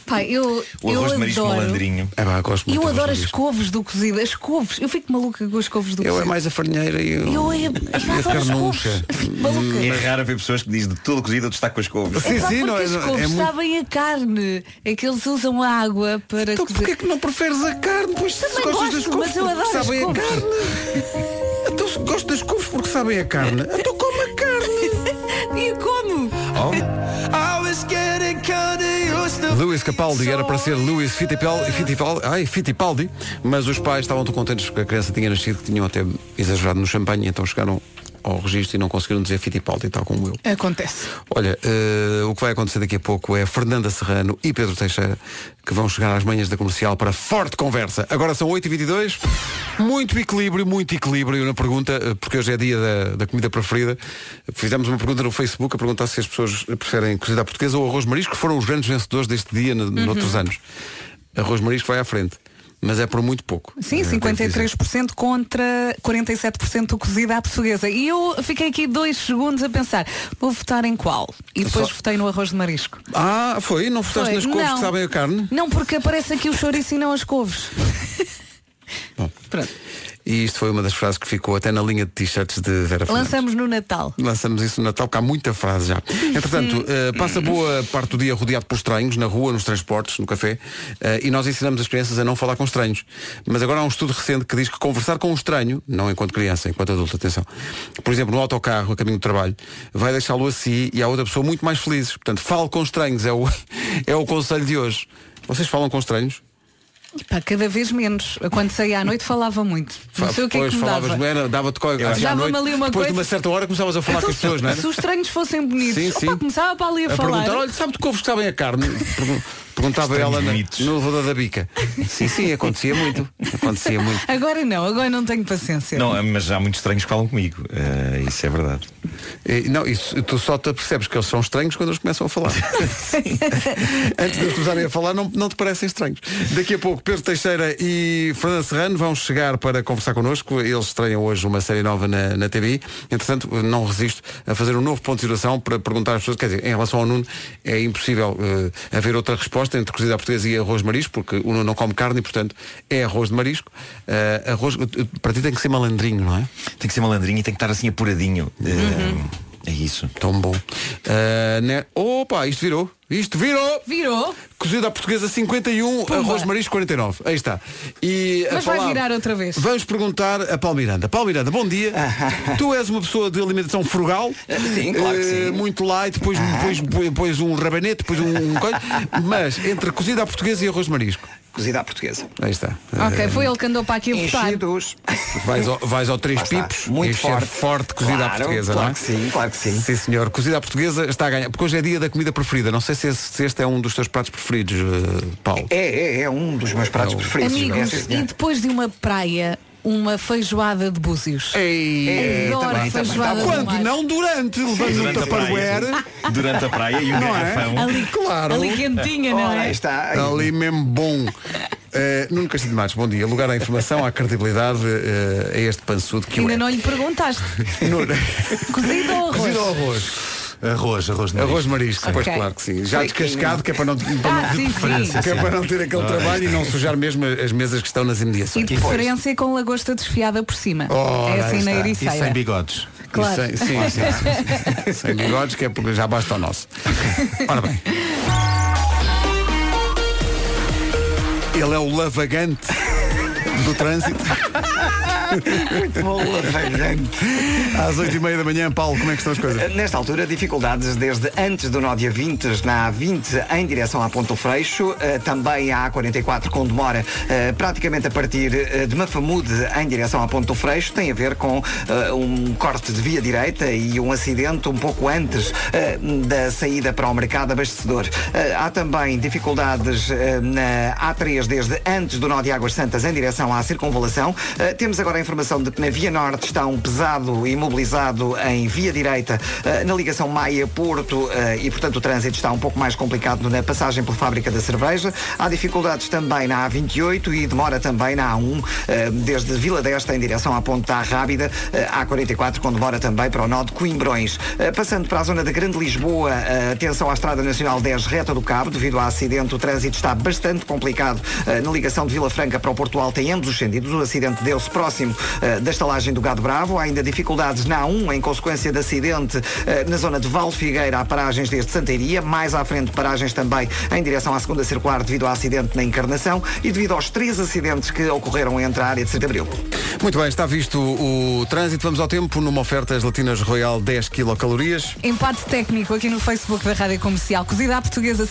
Pai, eu,
O
eu
arroz de marisco
adoro.
malandrinho. É, pá, gosto muito
Eu
de arroz
adoro
de
as
marisco.
couves do cozido. As couves. Eu fico maluca com as couves do
Eu
cozido.
é mais a farinheira e o-
Eu é-
e
eu adoro
a
as
carnucha.
Hum,
É raro ver pessoas que dizem de tudo cozido, eu destaco as couves.
É só porque as couves sabem a carne. É que eles usam a água para então, cozer.
porquê que não preferes a carne? Pois
Também
gostas
gosto,
das couves
mas eu
porque
adoro
sabem a
as couves.
Então se gosto das couves porque sabem a carne. Então como a
carne? e como?
Oh. Lewis Capaldi era para ser Lewis Fittipaldi, Fittipaldi, ai, Fittipaldi, mas os pais estavam tão contentes que a criança tinha nascido que tinham até exagerado no champanhe, então chegaram ao registro e não conseguiram dizer Fittipaldi, tal como eu.
Acontece.
Olha, eh, o que vai acontecer daqui a pouco é Fernanda Serrano e Pedro Teixeira que vão chegar às manhãs da comercial para forte conversa. Agora são 8h22, muito equilíbrio, muito equilíbrio na pergunta, eh, porque hoje é dia da, da comida preferida. Fizemos uma pergunta no Facebook a perguntar se as pessoas preferem cozida à portuguesa ou arroz de marisco, que foram os grandes vencedores deste dia no,
Uhum.
noutros anos. Arroz de marisco vai à frente, mas é por muito pouco.
Sim,
Eh, devo dizer.
53% contra 47% do cozido à portuguesa. E eu fiquei aqui dois segundos a pensar, vou votar em qual? E depois
Só-
votei no arroz de marisco.
Ah, foi? Não votaste
Foi.
nas couves
Não.
que sabem a carne?
Não, porque aparece aqui o chouriço e não as couves.
E isto foi uma das frases que ficou até na linha de t-shirts de Vera Fernandes.
Lançamos no Natal.
Lançamos isso no Natal, porque há muita frase já. Entretanto, eh, passa boa parte do dia rodeado por estranhos, na rua, nos transportes, no café, eh, e nós ensinamos as crianças a não falar com estranhos. Mas agora há um estudo recente que diz que conversar com um estranho, não enquanto criança, enquanto adulto, atenção, por exemplo, no autocarro, a caminho do trabalho, vai deixá-lo a si e à outra pessoa muito mais felizes. Portanto, fale com estranhos, é o, é o conselho de hoje. Vocês falam com estranhos?
Pá, cada vez menos. Eu, Quando saía à noite falava muito. Não sei o que é
Pois,
que me
falavas,
dava.
era, dava-te co- assim à
Dava-me
noite,
ali uma
Depois de
coisa-
uma certa hora começavas a falar com as pessoas, não é?
Então, Se os estranhos fossem bonitos,
Sim,
opa,
sim.
começava para ali a,
a
falar.
perguntar, olha, sabe de couves que sabem a carne? Pergun- Perguntava ela na, no elevador da bica. Sim, sim, acontecia muito. Acontecia muito.
Agora não, agora não tenho paciência.
é,
Não, mas há muitos estranhos que falam comigo. Eh, isso é verdade.
E, Eh, não, isso, tu só te percebes que eles são estranhos quando eles começam a falar. Antes de eles começarem a falar, não, não te parecem estranhos. Daqui a pouco, Pedro Teixeira e Fernanda Serrano vão chegar para conversar connosco. Eles estreiam hoje uma série nova na, na TV. Entretanto, não resisto a fazer um novo ponto de situação para perguntar às pessoas. Quer dizer, em relação ao Nuno, é impossível eh, haver outra resposta entre cozida à portuguesa e arroz de marisco, porque o Nuno não come carne e, portanto, é arroz de marisco. Eh, arroz, para ti tem que ser malandrinho, não é?
Tem que ser malandrinho e tem que estar assim apuradinho. Eh, É isso.
Tão bom. Uh, né? Opa, isto virou. Isto virou.
Virou.
Cozida à portuguesa 51, arroz de marisco 49. Aí está. E a
Mas vai
palavra-
virar outra vez.
Vamos perguntar a Paulo Miranda. Paulo Miranda, bom dia. tu és uma pessoa de alimentação frugal.
Sim, Ah. claro que
eh, Muito light, depois, depois, depois um rabanete, depois um, um coisa. Mas entre cozida à portuguesa e arroz de marisco.
Cozida à portuguesa.
Aí está.
Ok,
Eh,
foi ele que andou para aqui a votar.
Vais ao, vais ao Três
Lá está.
Pipos,
Muito
encher
forte.
forte cozida à
Claro,
portuguesa,
claro
não é?
que sim, claro que sim.
Sim, senhor. Cozida à portuguesa está a ganhar. Porque hoje é dia da comida preferida. Não sei se esse- se este é um dos teus pratos preferidos, eh, Paulo.
É, é, é um dos meus pratos preferidos.
Amigos, e depois de uma praia uma feijoada de búzios.
Ei,
Adoro
também,
feijoada
também.
do
Quando
mar.
não durante, levando
Durante
o
a praia.
Tupperware.
Durante a praia e o
Não é?
garrafão.
Ali,
Claro.
Ali quentinha, não é?
Ali mesmo bom. Uh, Nuno Castilho de Matos, bom dia. Lugar à informação, à credibilidade, uh, a este pançudo que o
Ainda
é.
não lhe perguntaste.
Nuno-
Cozido ou arroz?
Cozido ao arroz.
Arroz, arroz de
marisco. Arroz de marisco, pois
Ok.
claro que sim. Já
Sim.
descascado, que é para não, para não-
Ah, sim, sim.
que é para não ter aquele
Ah,
Ora,
trabalho e
está.
não
é.
sujar mesmo as mesas que estão nas imediações.
E de preferência com lagosta desfiada por cima.
Ora,
é assim na
está.
ericeira.
bigodes.
Claro.
E sem, é, sim, sim, sim, sim. Sem bigodes, que é porque já basta o nosso. Ora bem. Ele é o lavagante do trânsito. Muito
bom, lavagante.
Às 8h30 da manhã, Paulo, como é que estão as coisas?
Eh, Nesta altura, dificuldades desde antes do nó dia 20 na A20 em direção à Ponto Freixo, eh, também a A44 com demora eh, praticamente a partir eh, de Mafamude em direção à Ponto Freixo, tem a ver com eh, um corte de via direita e um acidente um pouco antes eh, da saída para o mercado abastecedor. Eh, Há também dificuldades eh, na A3 desde antes do nó de Águas Santas em direção à circunvalação. Eh, Temos agora a informação de que na Via Norte está um pesado imobilizado em via direita eh, na ligação Maia-Porto eh, e, portanto, o trânsito está um pouco mais complicado na passagem pela fábrica da cerveja. Há dificuldades também na A28 e demora também na A1 eh, desde Vila Desta em direção à Ponte da Rábida, eh, A44 com demora também para o nó de Coimbrões. Eh, Passando para a zona da Grande Lisboa, eh, atenção à Estrada Nacional 10 reta do Cabo, devido ao acidente o trânsito está bastante complicado eh, na ligação de Vila Franca para o Porto Alto em ambos os sentidos. O acidente deu-se próximo eh, da estalagem do Gado Bravo. Há ainda dificuldades na A1 em consequência de acidente eh, na zona de Val Figueira. Há paragens desde Santeiria, mais à frente paragens também em direção à segunda circular devido ao acidente na Encarnação e devido aos três acidentes que ocorreram entre a área de 7 de Abril.
Muito bem, está visto o, o trânsito. Vamos ao tempo numa oferta Latinas Royal 10 quilocalorias.
Empate técnico aqui no Facebook da Rádio Comercial. Cozida à portuguesa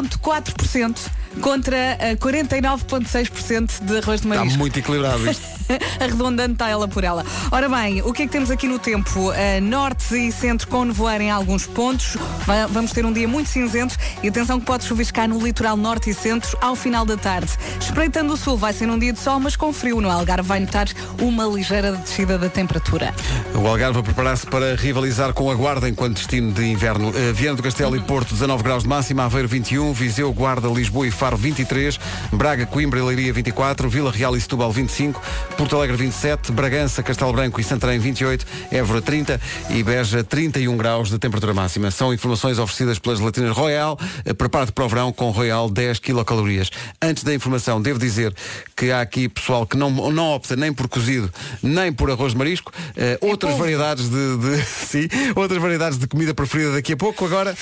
50.4% contra eh, 49.6% de arroz de
Está
marisco.
muito equilibrado isto.
Arredondando está ela por ela. Ora bem, o que é que temos aqui no tempo? Eh, norte e centro com nevoeiro em alguns pontos. Va- vamos ter um dia muito cinzento e atenção que pode chuviscar no litoral norte e centro ao final da tarde. Espreitando o sul vai ser um dia de sol, mas com frio no Algarve vai notar uma ligeira descida da temperatura.
O Algarve a preparar-se para rivalizar com a Guarda enquanto destino de inverno. Eh, Viana do Castelo e Porto, 19 graus de máxima, Aveiro 21, Viseu, Guarda, Lisboa e Faro 23, Braga, Coimbra e Leiria 24, Vila Real e Setúbal 25, Porto Alegre 27, Bragança, Castelo Branco e Santarém 28, Évora 30 e Beja 31 graus de temperatura máxima. São informações oferecidas pelas gelatinas Royal. Eh, Prepara-te para o verão com Royal 10 quilocalorias. Antes da informação, devo dizer que há aqui pessoal que não, não opta nem por cozido, nem por arroz de marisco. Eh, outras variedades de, de- sim, outras variedades de comida preferida daqui a pouco. Agora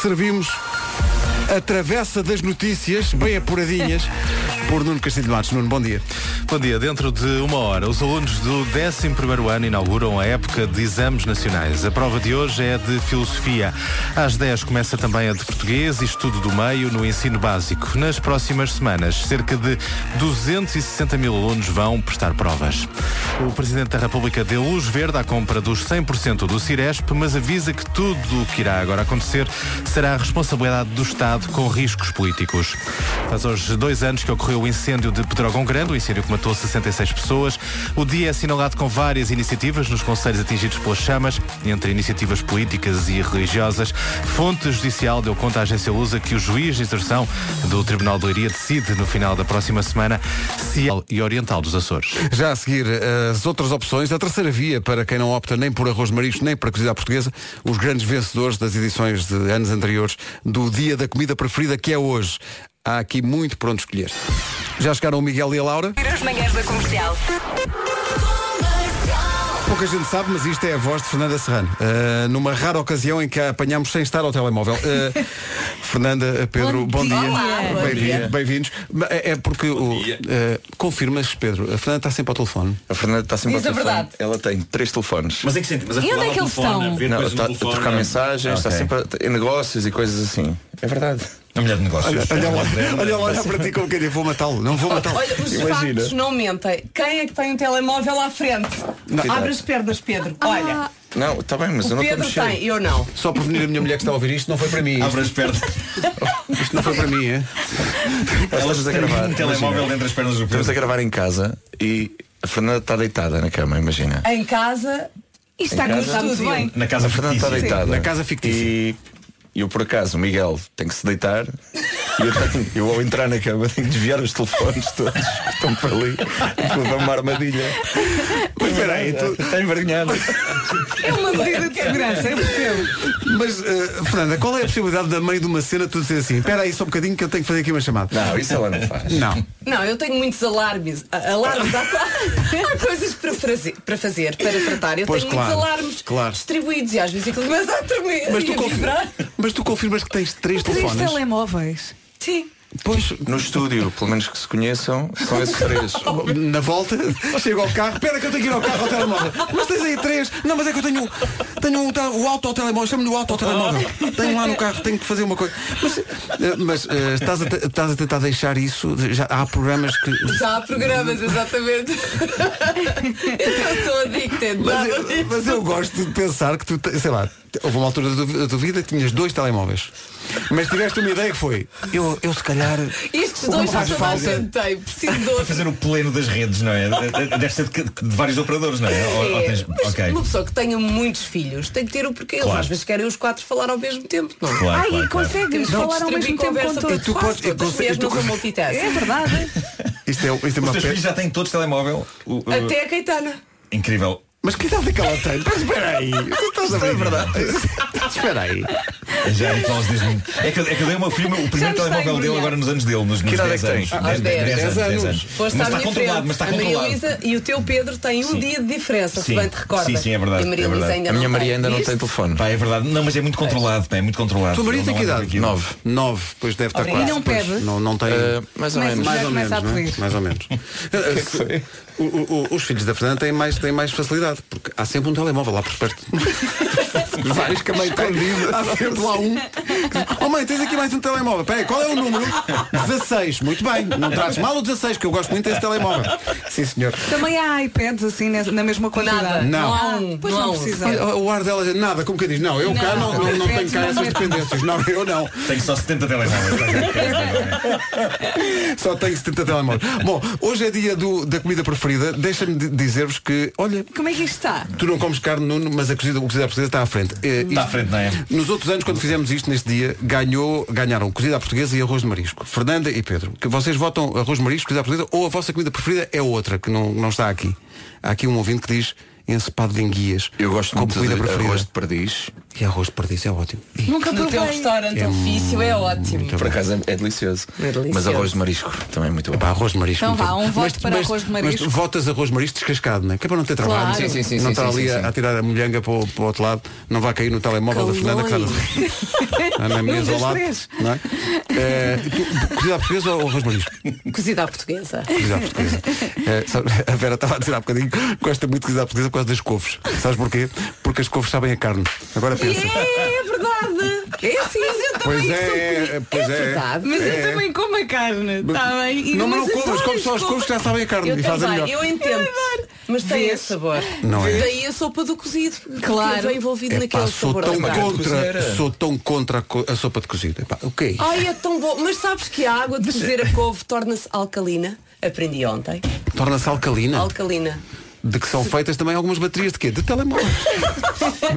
servimos a travessa das notícias, bem apuradinhas, por Nuno Castilho de Matos. Nuno, bom dia.
Bom dia. Dentro de uma hora, os alunos do 11º ano inauguram a época de exames nacionais. A prova de hoje é de Filosofia. Às 10 começa também a de Português e Estudo do Meio no ensino básico. Nas próximas semanas, cerca de 260 mil alunos vão prestar provas. O Presidente da República deu luz verde à compra dos 100% do Ciresp, mas avisa que tudo o que irá agora acontecer será a responsabilidade do Estado com riscos políticos. Faz hoje dois anos que ocorreu o incêndio de Pedrógão Grande, o incêndio que matou 66 pessoas. O dia é assinalado com várias iniciativas nos conselhos atingidos pelas chamas, entre iniciativas políticas e religiosas. Fonte judicial deu conta à agência Lusa que o juiz de instrução do Tribunal de Leiria decide no final da próxima semana se é e Oriental dos Açores.
Já a seguir, as outras opções, a terceira via para quem não opta nem por arroz de marisco, nem para cozida à portuguesa, os grandes vencedores das edições de anos anteriores do Dia da Comida Preferida, que é hoje. Há aqui muito pronto escolher. Já chegaram o Miguel e a Laura?
As manhãs da comercial.
Pouca gente sabe, mas isto é a voz de Fernanda Serrano. Uh, numa rara ocasião em que a apanhamos sem estar ao telemóvel. Uh, Fernanda, eh, Pedro, bom,
Bom
dia.
dia. Olá, bom dia.
Bem-vindo- Bem-vindos. Bem é é porque o- uh, confirmas, Pedro, a Fernanda está sempre ao telefone.
A Fernanda
tá
está sempre
Diz a
ao telefone.
verdade.
Ela tem três telefones.
é Mas em que sentido? Mas a E onde falar é que ao eles telefone, estão? a ver
Não,
coisas no
está a
telefone,
trocar
não? tá-
mensagens, está
Ok.
sempre a- em negócios e coisas assim. É verdade. A mulher de
negócios. Olha- olha lá- olha lá, olha para ti como quem diz, vou matá-lo, não vou matá-lo.
Olha, os
Imagina.
factos não mentem. Quem é que tem um telemóvel à frente?
Não.
Abre as pernas, Pedro.
Ah.
Olha,
Não, está bem, mas
O
eu não estou a
Pedro
mexer.
tem, eu não.
Só por venir a minha mulher que está a ouvir isto, não foi para mim. Abre as pernas. Isto não foi para mim, é?
Nós estamos a gravar.
Um telemóvel
imagina.
dentro das pernas do Pedro.
Estamos a gravar em casa e A Fernanda está deitada na cama, imagina.
Em casa. Isto
Em
está
casa-
tudo bem.
a Fernanda está deitada.
Sim.
fictícia. E e eu por acaso, o Miguel tem que se deitar e eu, tenho- eu, ao entrar na cama tenho que desviar os telefones todos que estão para ali. Tudo é uma armadilha. Mas peraí, tu estás envergonhado.
É uma medida de segurança, eu percebo.
Mas, eh, Fernanda, qual é a possibilidade da meio de uma cena tu dizer assim, espera aí só um bocadinho que eu tenho que fazer aqui uma chamada?
Não, isso ela não faz.
Não.
Não, eu tenho muitos alarmes. A- Alarmes, há, há coisas para, fraze- para fazer, para tratar. Eu
Pois,
tenho
claro,
muitos alarmes
claro.
distribuídos e às vezes aquilo começa a tremer.
Mas
e
tu,
a
confir-
vibrar.
Mas tu confirmas que tens três
Três
telefones.
telemóveis.
Sim.
Pois.
No estúdio, pelo menos que se conheçam, são esses três.
Na volta, chego ao carro, espera que eu tenho que ir ao carro ao telemóvel. Mas tens aí três. Não, mas é que eu tenho, um- tenho um, ta- o auto ao telemóvel, chama-me no auto ao telemóvel.
Oh.
Tenho lá no carro, tenho que fazer uma coisa. Mas, eh, mas, eh, estás, a, te- estás a tentar deixar isso? Já há programas que.
Já há programas, exatamente. eu sou addicted.
Mas
nada
eu, mas eu gosto de pensar que tu, te- sei lá, houve uma altura da tu- da tua vida que tinhas dois telemóveis. Mas tiveste uma ideia que foi, eu, eu se calhar.
Estes
o que
dois
me faz
já mais
falta-
tentei, preciso de outro.
Fazer o pleno das redes, não é? Deve ser de, de- de vários operadores, não é? Ou- ou
É,
tens-
mas
ok.
uma pessoa que tenha muitos filhos tem que ter o porquê. Eles
Claro.
às vezes querem os quatro falar ao mesmo tempo, não?
Claro, Ai, claro, claro.
conseguem
Temos que
falar ao
distribuir
mesmo tempo
conversa
com
para
todos.
tu
Quase
podes, todas as mulheres não multitasking.
É verdade.
Isto é, isto é
Os
uma
teus
pe-
filhos já têm todos telemóvel. O- o-
Até a Caetana.
Incrível.
Mas que idade é que ela tem? Mas espera aí. Tu estás a ver verdade. Espera aí.
é Já é, que nós desde... muito- é, que, eu- é que eu dei ao meu filho o
Já
primeiro
me está
telemóvel dele
embrulhado.
agora nos anos dele, nos, nos
Que
10
idade é
anos.
que tens?
Aos 10,
10 anos. 10
Foste à
Mas está
minha
controlado,
frente.
mas está
a Maria
controlado.
Luísa e o teu Pedro têm um dia de diferença, se
Sim.
bem te recordas.
Sim, sim, é verdade.
E a Maria
é
Luísa
verdade.
ainda não tem. Viste?
telefone.
Pá, é verdade. Não, mas é muito controlado, pá, é muito controlado.
Tua Maria
Ele
tem
não
que
anda
idade?
por aquilo.
Nove. Nove, pois deve
Tá
estar
E
quase.
não
pois,
pede?
Não, não tem.
Eh, mais ou
Começa- menos. já
Mais ou menos.
começa a
não é?
pedir.
Mais ou menos. Eh, eh, o- o- o- os filhos da Fernanda têm mais, têm mais facilidade, porque há sempre um telemóvel lá por perto. Vários que a mãe tem. Há sempre lá um. Oh mãe, tens aqui mais um telemóvel. Peraí, qual é o número? 16. Muito bem. Não trazes mal o 16, que eu gosto muito desse telemóvel. Sim, senhor.
Também há iPads assim nessa- na mesma quantidade. Ah,
Não. Não há
um,
Pois
não há
não
um.
precisa.
Olha, oh, o ar dela, nada, como que diz, não, eu cá não, não,
Não,
não tenho
perfeito,
cá
não
essas
é.
dependências, não, eu não.
Tenho só 70 telemóveis.
Só tenho 70 telemóveis. Bom, hoje é dia do- da comida preferida. Deixa-me de- dizer-vos que, olha,
Como é que isto está?
tu não comes carne, Nuno, mas a cozida, o cozida à portuguesa está à frente. Eh, isto-
Está à frente, não é?
Nos outros anos, quando fizemos isto neste dia, ganhou, ganharam cozida à portuguesa e arroz de marisco. Fernanda e Pedro, que vocês votam arroz de marisco, cozida à portuguesa, ou a vossa comida preferida é outra, que não, não está aqui. Há aqui um ouvinte que diz encepado de enguias.
Eu gosto
como
muito
comida
de
preferida.
arroz de perdiz.
E arroz de perdiz é ótimo.
Nunca
No teu
provei.
restaurante
É
ofício é ótimo.
Por acaso é delicioso. Mas arroz de marisco também é muito bom.
arroz de marisco.
Então
muito
vá,
bom.
um voto para arroz de marisco.
Mas tu votas arroz de marisco descascado, não é? Que é para não ter trabalho.
Claro. Sim, sim,
sim,
não
sim,
estar
sim,
ali
sim,
a,
sim.
a tirar a molhanga para o, para o outro lado, não vai cair no telemóvel da Fernanda que está na- Ah, na,
Um,
na
Num
mesa ao
dos
lado.
três.
Não é? Eh, tu- cozida à portuguesa ou arroz de marisco?
Cozida à portuguesa.
Cozida à portuguesa. Eh, sabe, a Vera estava a dizer há bocadinho que gosta muito de cozida à portuguesa por causa das couves. Sabes porquê? Porque as couves sabem a carne. Agora pensa.
É, é verdade. É sim, mas eu
Pois
também
é,
sou
é,
comi-
pois é.
verdade.
Mas
É.
eu também como a carne, está
tá
bem? E-
Não, mas não
eu
covas,
adoro
como só
as
as couves que já sabem a carne
então Eu
e fazem
também,
melhor.
eu entendo. Mas tem esse sabor.
Não é?
Daí a sopa do cozido.
Claro.
Que vem envolvido
Epá,
naquele
sou
sabor.
tão
da carne.
contra, sou tão contra a, co- a sopa de cozida. Epá, o que é isso?
Ai, é tão bom. Mas sabes que a água de cozer a couve torna-se alcalina? Aprendi ontem.
Torna-se alcalina.
Alcalina.
De que são feitas também algumas baterias de quê? De telemóveis.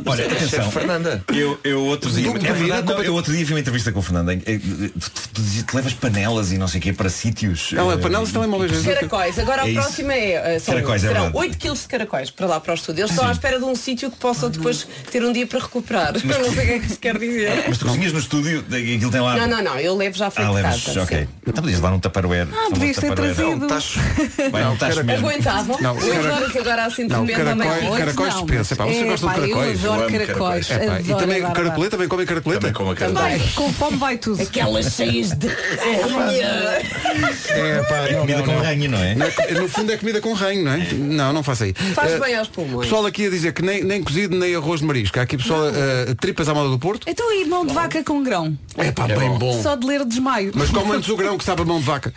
Olha, atenção.
Fernanda.
Eu, eu, outro dia,
Do-
é
do-
verdade,
do-
não, eu outro dia vi uma entrevista com o Fernando. em- em- Tu, tu- tu dizias- tu levas panelas e não sei o quê para sítios.
Ela é
eh,
panelas de telemóveis. não é?
Caracóis. Agora
É
a
isso.
próxima é. eh, São,
Caracóis, é
serão
verdade.
8 kg de caracóis para lá para o estúdio. Eles estão à espera de um sítio que
Ah,
possam depois ter um dia para recuperar. Eu não sei o que é que se quer dizer.
Mas tu cozinhas no estúdio, eh, aquilo tem lá.
Não, não, não. Eu levo já feito
Ah,
de
levas,
casa.
ok.
sim.
Então podias dar um taparware.
Ah, devias ter trazido.
É um Vai, não estás mesmo.
Aguentavam.
Não,
Oito
carac-
horas agora assim de
Não, é
repente também.
caracóis,
Oito
caracóis
não,
dispensa. Epá, vocês
mas-
gostam de
Epá,
caracóis?
Eu
Eu
adoro
amo
caracóis.
caracóis.
Epá, e
adoro,
também
adoro, adoro.
caracoleta, também comem caracoleta?
Também com a carne.
Vai, com fome vai tudo.
Aquelas cheias de ranha.
É, pá, não,
Comida
não,
com
não.
ranho, não é?
Não é co- No fundo é comida com ranho, não é? Não, não faça aí.
Faz
Eh,
bem aos pulmões.
Pessoal aqui a dizer que nem, nem cozido nem arroz de marisco. Há aqui pessoal eh, tripas à moda do Porto.
Então aí mão de vaca com grão.
É pá, bem bom.
Só de ler desmaio.
Mas como antes o grão que sabe a mão de vaca.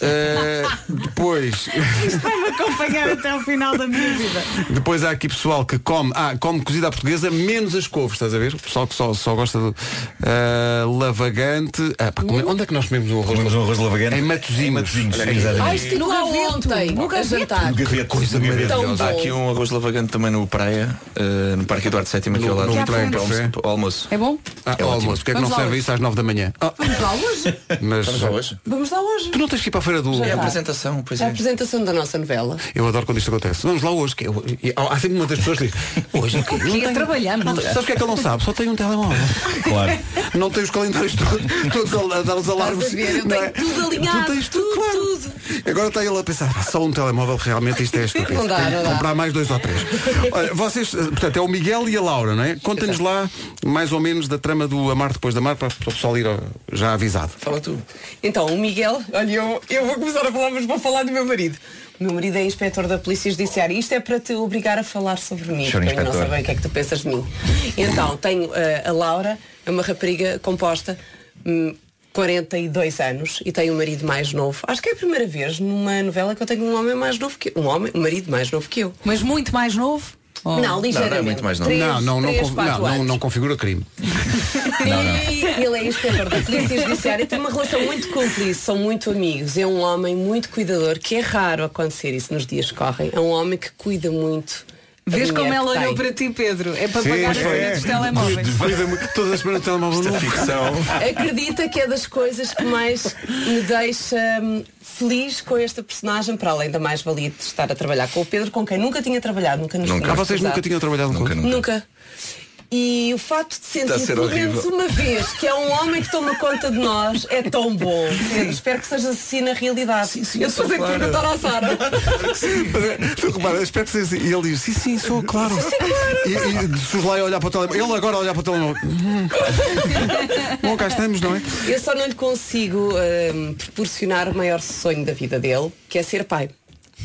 Eh, depois,
Isto vai-me acompanhar até ao final da minha vida.
Depois há aqui pessoal que come, ah, come cozida à portuguesa, menos as couves, estás a ver? Pessoal que só, só gosta do ah, lavagante. Ah, pá, como- onde é que nós comemos um arroz? Comemos um arroz lavagante? Em Matozinhos. Em Matozinhos.
Ah, estive lá ontem, a jantar.
Que coisa
Nunca vi.
maravilhosa.
Tão
Há
bom.
aqui um arroz lavagante também no praia, eh, no Parque Eduardo VII, aqui
No-
ao lado.
no
Que
trem,
é o
café.
almoço- o almoço.
É bom?
Ah,
É
ao
ótimo.
almoço, porque é que não
Vamos lá
serve
hoje.
isso às nove da manhã? Ah,
Vamos lá hoje?
mas,
Vamos lá hoje?
Vamos lá hoje.
Tu não tens que ir para a feira do.
Já
É a
dá.
apresentação, pois
É a
é.
apresentação da nossa novela.
Eu adoro quando isto acontece. Vamos lá hoje. Que eu- e há há sempre uma das pessoas que diz, hoje o quê?
é
Não
Que
um
tem-
trabalhamos.
Não, sabes o que é que ele não sabe? Só tem um telemóvel.
Claro.
Não tem os calendários todos, todos a, a dar os alarmes.
Estás a ver? Eu
não
tenho
é?
tudo alinhado,
Tu tens tudo, claro. Agora está ele a pensar, "Ah, só um telemóvel, realmente isto é estúpido.
Não dá,
Tenho que
não dá.
comprar mais dois ou três. Olha, vocês, eh, portanto, é o Miguel e a Laura, não é? Conta-nos lá mais ou menos da trama do Amar depois da Mar para para o pessoal ir ó, já avisado.
Fala tu. Então, o Miguel, olha, eu, eu vou começar a falar, mas vou falar do meu marido. O meu marido é inspetor da Polícia Judiciária. Isto é para te obrigar a falar sobre mim,
Senhor
porque eu não
inspetor.
sei bem o que é que tu pensas de mim. Então, tenho eh, a Laura, é uma rapariga composta, hum, 42 anos, e tenho um marido mais novo. Acho que é a primeira vez numa novela que eu tenho um homem mais novo que Um homem, um marido mais novo que eu.
Mas muito mais novo? Ou-
Não, ligeiramente. Três,
não, não, não,
três,
con-
quatro
não, não-
anos.
não configura crime.
E ele é inspetor da Polícia Judiciária e tem uma relação muito cúmplice, são muito amigos. É um homem muito cuidador, que é raro acontecer isso nos dias que correm. É um homem que cuida muito. da
Vês
mulher
como
que
ela
tem.
olhou para ti, Pedro? É para pagar a cena dos telemóveis.
Todas as semanas o telemóvel
é
novo.
Acredita que é das coisas que mais me deixa hum, feliz com esta personagem, para além da mais-valia de estar a trabalhar com o Pedro, com quem nunca tinha trabalhado, nunca nos
Ah,
tínhamos
vocês nunca
cruzado.
tinham trabalhado com
Nunca. E o facto de
Está a
sentir
ser
pelo menos
horrível.
uma vez que é um homem que toma conta de nós é tão bom. Eu espero que seja assim na realidade. eu estou a dizer que
claro.
perguntar à Sara.
Tu repara, espero que seja assim. E ele diz, sim, sim, sou, claro. E, e Soslai a olhar para o telemóvel. Ele agora a olhar para o telemóvel. Hum. Bom, cá estamos, não é?
Eu só não lhe consigo hum, proporcionar o maior sonho da vida dele, que é ser pai.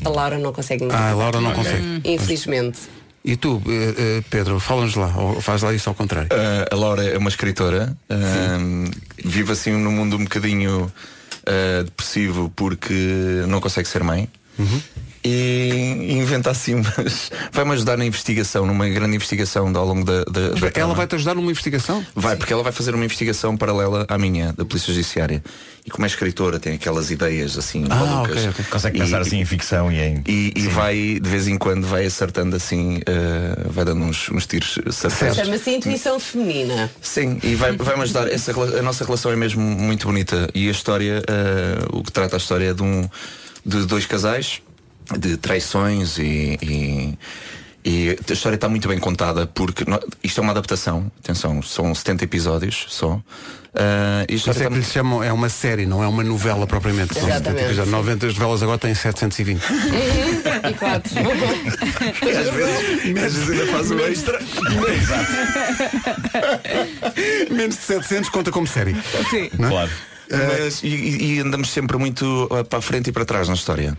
A Laura não consegue ainda.
Ah, a Laura não consegue.
Infelizmente.
E tu, eh, eh, Pedro, fala-nos lá, ou faz lá isso ao contrário.
Ah, a Laura é uma escritora, ah, vive assim num mundo um bocadinho ah, depressivo porque não consegue ser mãe. E inventa assim, mas vai-me ajudar na investigação, numa grande investigação ao longo da. da- da
Ela
trama.
vai-te ajudar numa investigação?
Vai, porque ela vai fazer uma investigação paralela à minha, da Polícia Judiciária. E como é escritora, tem aquelas ideias assim
Ah,
malucas.
ok, ok. Consegue
E-
pensar assim em ficção e em.
E, e vai, de vez em quando, vai acertando assim, eh, vai dando uns, uns tiros certeiros.
Chama-se intuição feminina.
Sim, e vai- vai-me ajudar. Essa, rela- a nossa relação é mesmo muito bonita. E a história, eh, o que trata a história é de, um, de dois casais, de traições e. e e a história está muito bem contada porque no- isto é uma adaptação, atenção, são 70 episódios só. Eh, e a
Isso
história
é
está
que lhe chamam, é uma série, não é uma novela propriamente. São
Exatamente.
70 episódios. 90 novelas agora têm 720.
e quatro.
Às vezes, às vezes ainda
um
faz o extra.
Menos de 700 conta como série.
Sim.
Claro. Mas, e- é? Eh, e, e andamos sempre muito ah, para a frente e para trás na história.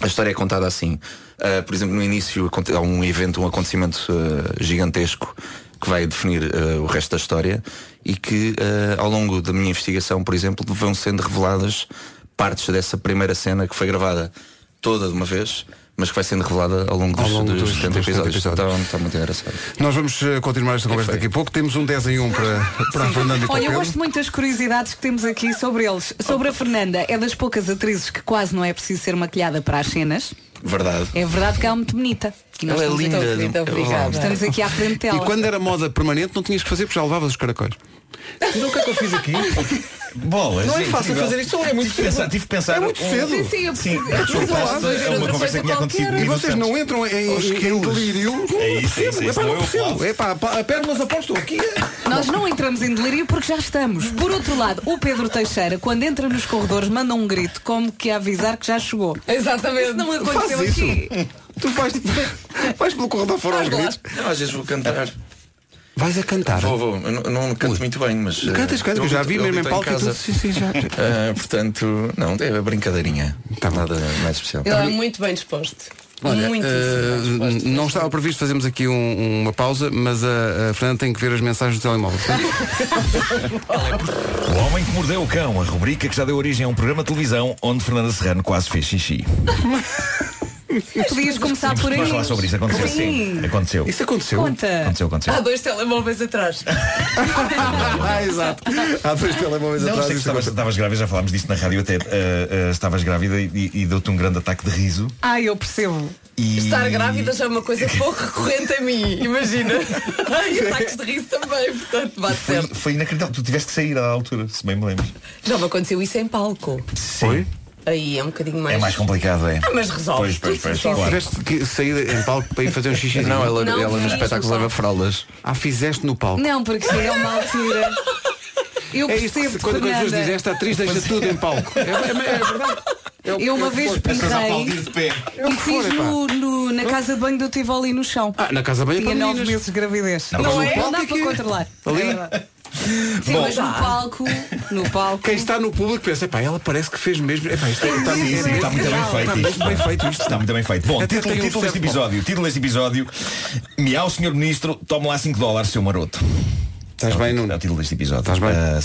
A história é contada assim. Ah, por exemplo, no início aconte- há um evento, um acontecimento ah, gigantesco que vai definir ah, o resto da história e que ah, ao longo da minha investigação, por exemplo, vão sendo reveladas partes dessa primeira cena que foi gravada toda de uma vez, mas que vai sendo revelada ao longo
Ao
dos,
longo
dos
dos-
70
dos 70
episódios. Então, está muito engraçado.
Nós vamos eh, continuar esta conversa daqui a pouco. Temos um 10 em 1 para, para a Fernanda e para o
Olha, eu
Pedro.
gosto muito das curiosidades que temos aqui sobre eles. Sobre a Fernanda, é das poucas atrizes que quase não é preciso ser maquilhada para as cenas.
Verdade.
É verdade que ela é muito bonita. E nós
Ela é
estamos
linda.
aqui-
Muito
obrigada. Estamos aqui à frente dela.
E quando era moda permanente não tinhas que fazer porque já levavas os caracóis.
Então o que é que eu fiz aqui? Bolas.
Não é fácil
incrível.
fazer isto, é muito
tive que pensar,
cedo.
tive que pensar.
É muito
um-
cedo.
Sim, sim, eu preciso-
Sim, desculpa,
Vamos lá.
isto é uma conversa que tinha acontecido.
E
comigo
vocês
no
não
Santos.
entram em,
Aos
em, em
quilos.
delírio.
É isso, é isso, é
Epá,
isso.
não
Não é o
percebo.
Flávio.
Epá, pá, pernas aposto aqui.
Nós não entramos em delírio porque já estamos. Por outro lado, o Pedro Teixeira, quando entra nos corredores, manda um grito, como que a avisar que já chegou.
Exatamente.
Isso não aconteceu
Faz isso.
aqui.
Tu vais, vais pelo corredor fora aos gritos.
Não, às vezes vou
É.
cantar.
Vais a cantar?
Vou, vou. Eu não, eu não canto muito bem, mas. eh,
Cantas, cantas,
eu
eu já
grito-
vi
eu
mesmo em
grito
palco e tudo.
casa.
Sim, sim, já.
Ah, portanto, não, é brincadeirinha.
Tá
Nada mais especial.
Ele é muito bem disposto.
Olha,
muito.
eh, não estava previsto fazermos aqui um- uma pausa, mas a, a Fernanda tem que ver as mensagens do telemóvel.
O Homem que Mordeu o Cão, a rubrica que já deu origem a um programa de televisão onde Fernanda Serrano quase fez xixi.
Podias começar por aí.
Vamos falar sobre isso. Aconteceu.
Sim.
Aconteceu.
Isso aconteceu.
Conta.
Aconteceu, aconteceu.
Há dois telemóveis atrás.
Exato. Há dois telemóveis
Não,
atrás,
sei que
isso
estavas, estavas grávida, já falámos disso na rádio até. eh, eh, estavas grávida e, e deu-te um grande ataque de riso.
Ai, Ah, eu percebo.
E...
Estar grávida já é uma coisa pouco recorrente a mim, imagina. E ataques de riso também, portanto, bate
Foi,
certo.
foi inacreditável. Tu tiveste que sair à altura, se bem me lembro.
Já me aconteceu isso em palco.
Foi?
Aí é um bocadinho mais.
É mais complicado, é.
Ah, mas resolve.
Pois, pois, pois,
Sim, sim.
claro.
Tiveste que sair em palco para ir fazer um xixi.
Não, ela- Não, ela no fiz no espetáculo
espetáculo
palco.
leva fraldas. Ah, fizeste no palco.
Não, porque chega uma altura. Eu
é isso
percebo,
que, quando quando as pessoas
Fernanda.
dizem esta atriz deixa tudo em palco. É, é- é verdade.
Eu, uma vez
aplaudir
pinrei
de pé. É o
e
que for,
fiz
epá.
no, no- na casa de banho do Tivoli no chão.
Ah, na casa de banho é
Tinha
para
nove
meninas.
meses de gravidez.
Não, mas no palco
não dá
é
para
que-
controlar.
Ali?
É verdade. Sim,
Bom.
mas no
Ah.
palco, no palco.
Quem está no público pensa, pá, ela parece que fez mesmo. Epá, isto é- está,
Sim, sim, está muito bem feito
Está
isto.
mesmo bem feito isto.
Está muito bem feito. Bom,
Até
título,
tem um
título deste
certo ponto.
episódio. Título deste episódio. Miau, senhor ministro, toma lá 5 dólares, seu maroto.
Estás bem, Nuno?
É o título deste episódio. Estás bem?
Ah,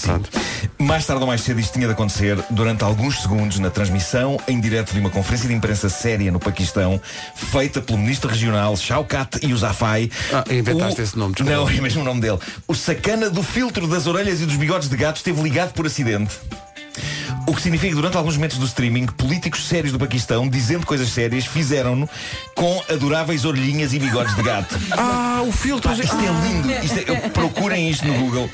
Mais tarde ou mais cedo isto tinha de acontecer durante alguns segundos na transmissão em direto de uma conferência de imprensa séria no Paquistão, feita pelo ministro regional Shaukat Yousafzai. Ah,
inventaste
esse nome, desculpa. Não, é mesmo o nome dele. O sacana do filtro das orelhas e dos bigodes de gato esteve ligado por acidente. O que significa que durante alguns momentos do streaming, políticos sérios do Paquistão, dizendo coisas sérias, fizeram-no com adoráveis orelhinhas e bigodes de gato.
Ah, o filtro.
Pá, isto é lindo. Isto é- eu- procurem isto no Google.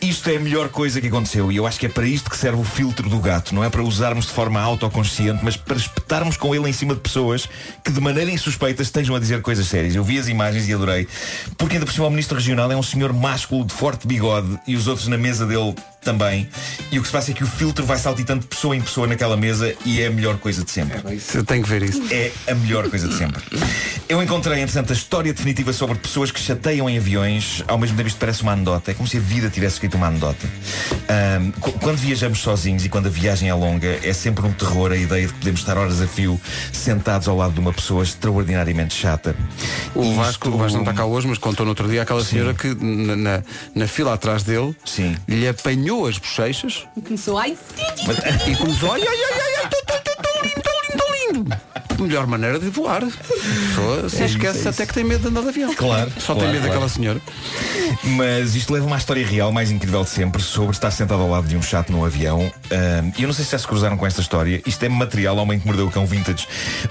Isto é a melhor coisa que aconteceu e eu acho que é para isto que serve o filtro do gato. Não é para usarmos de forma autoconsciente, mas para espetarmos com ele em cima de pessoas que de maneira insuspeita estejam a dizer coisas sérias. Eu vi as imagens e adorei. Porque ainda por cima o ministro regional é um senhor másculo de forte bigode e os outros na mesa dele também. E o que se passa é que o filtro vai saltitando de pessoa em pessoa naquela mesa e é a melhor coisa de sempre.
Eu tenho que ver isso.
É a melhor coisa de sempre. Eu encontrei, entretanto, a história definitiva sobre pessoas que chateiam em aviões. Ao mesmo tempo, isto parece uma anedota. É como se a vida tivesse escrito uma anedota. Ahm, qu- quando viajamos sozinhos e quando a viagem é longa, é sempre um terror a ideia de que podemos estar horas a fio sentados ao lado de uma pessoa extraordinariamente chata.
O Vasco, o Vasco não está cá hoje, mas contou no outro dia aquela senhora que na, na- na fila atrás dele lhe apanhou as bochechas
E Começou, ai,
eh, e começou, ai, ai, ai, ai, ai, tão, tão, tão, tão lindo, tão lindo, tão lindo. Melhor maneira de voar. A pessoa se
É isso,
esquece
é isso.
até que tem medo de andar de avião.
Claro.
Só tem
claro,
medo
claro.
daquela senhora.
Mas isto leva a uma história real mais incrível de sempre sobre estar sentado ao lado de um chato no avião. Ahm, E eu não sei se já se cruzaram com esta história. Isto é material Homem que Mordeu o Cão Vintage.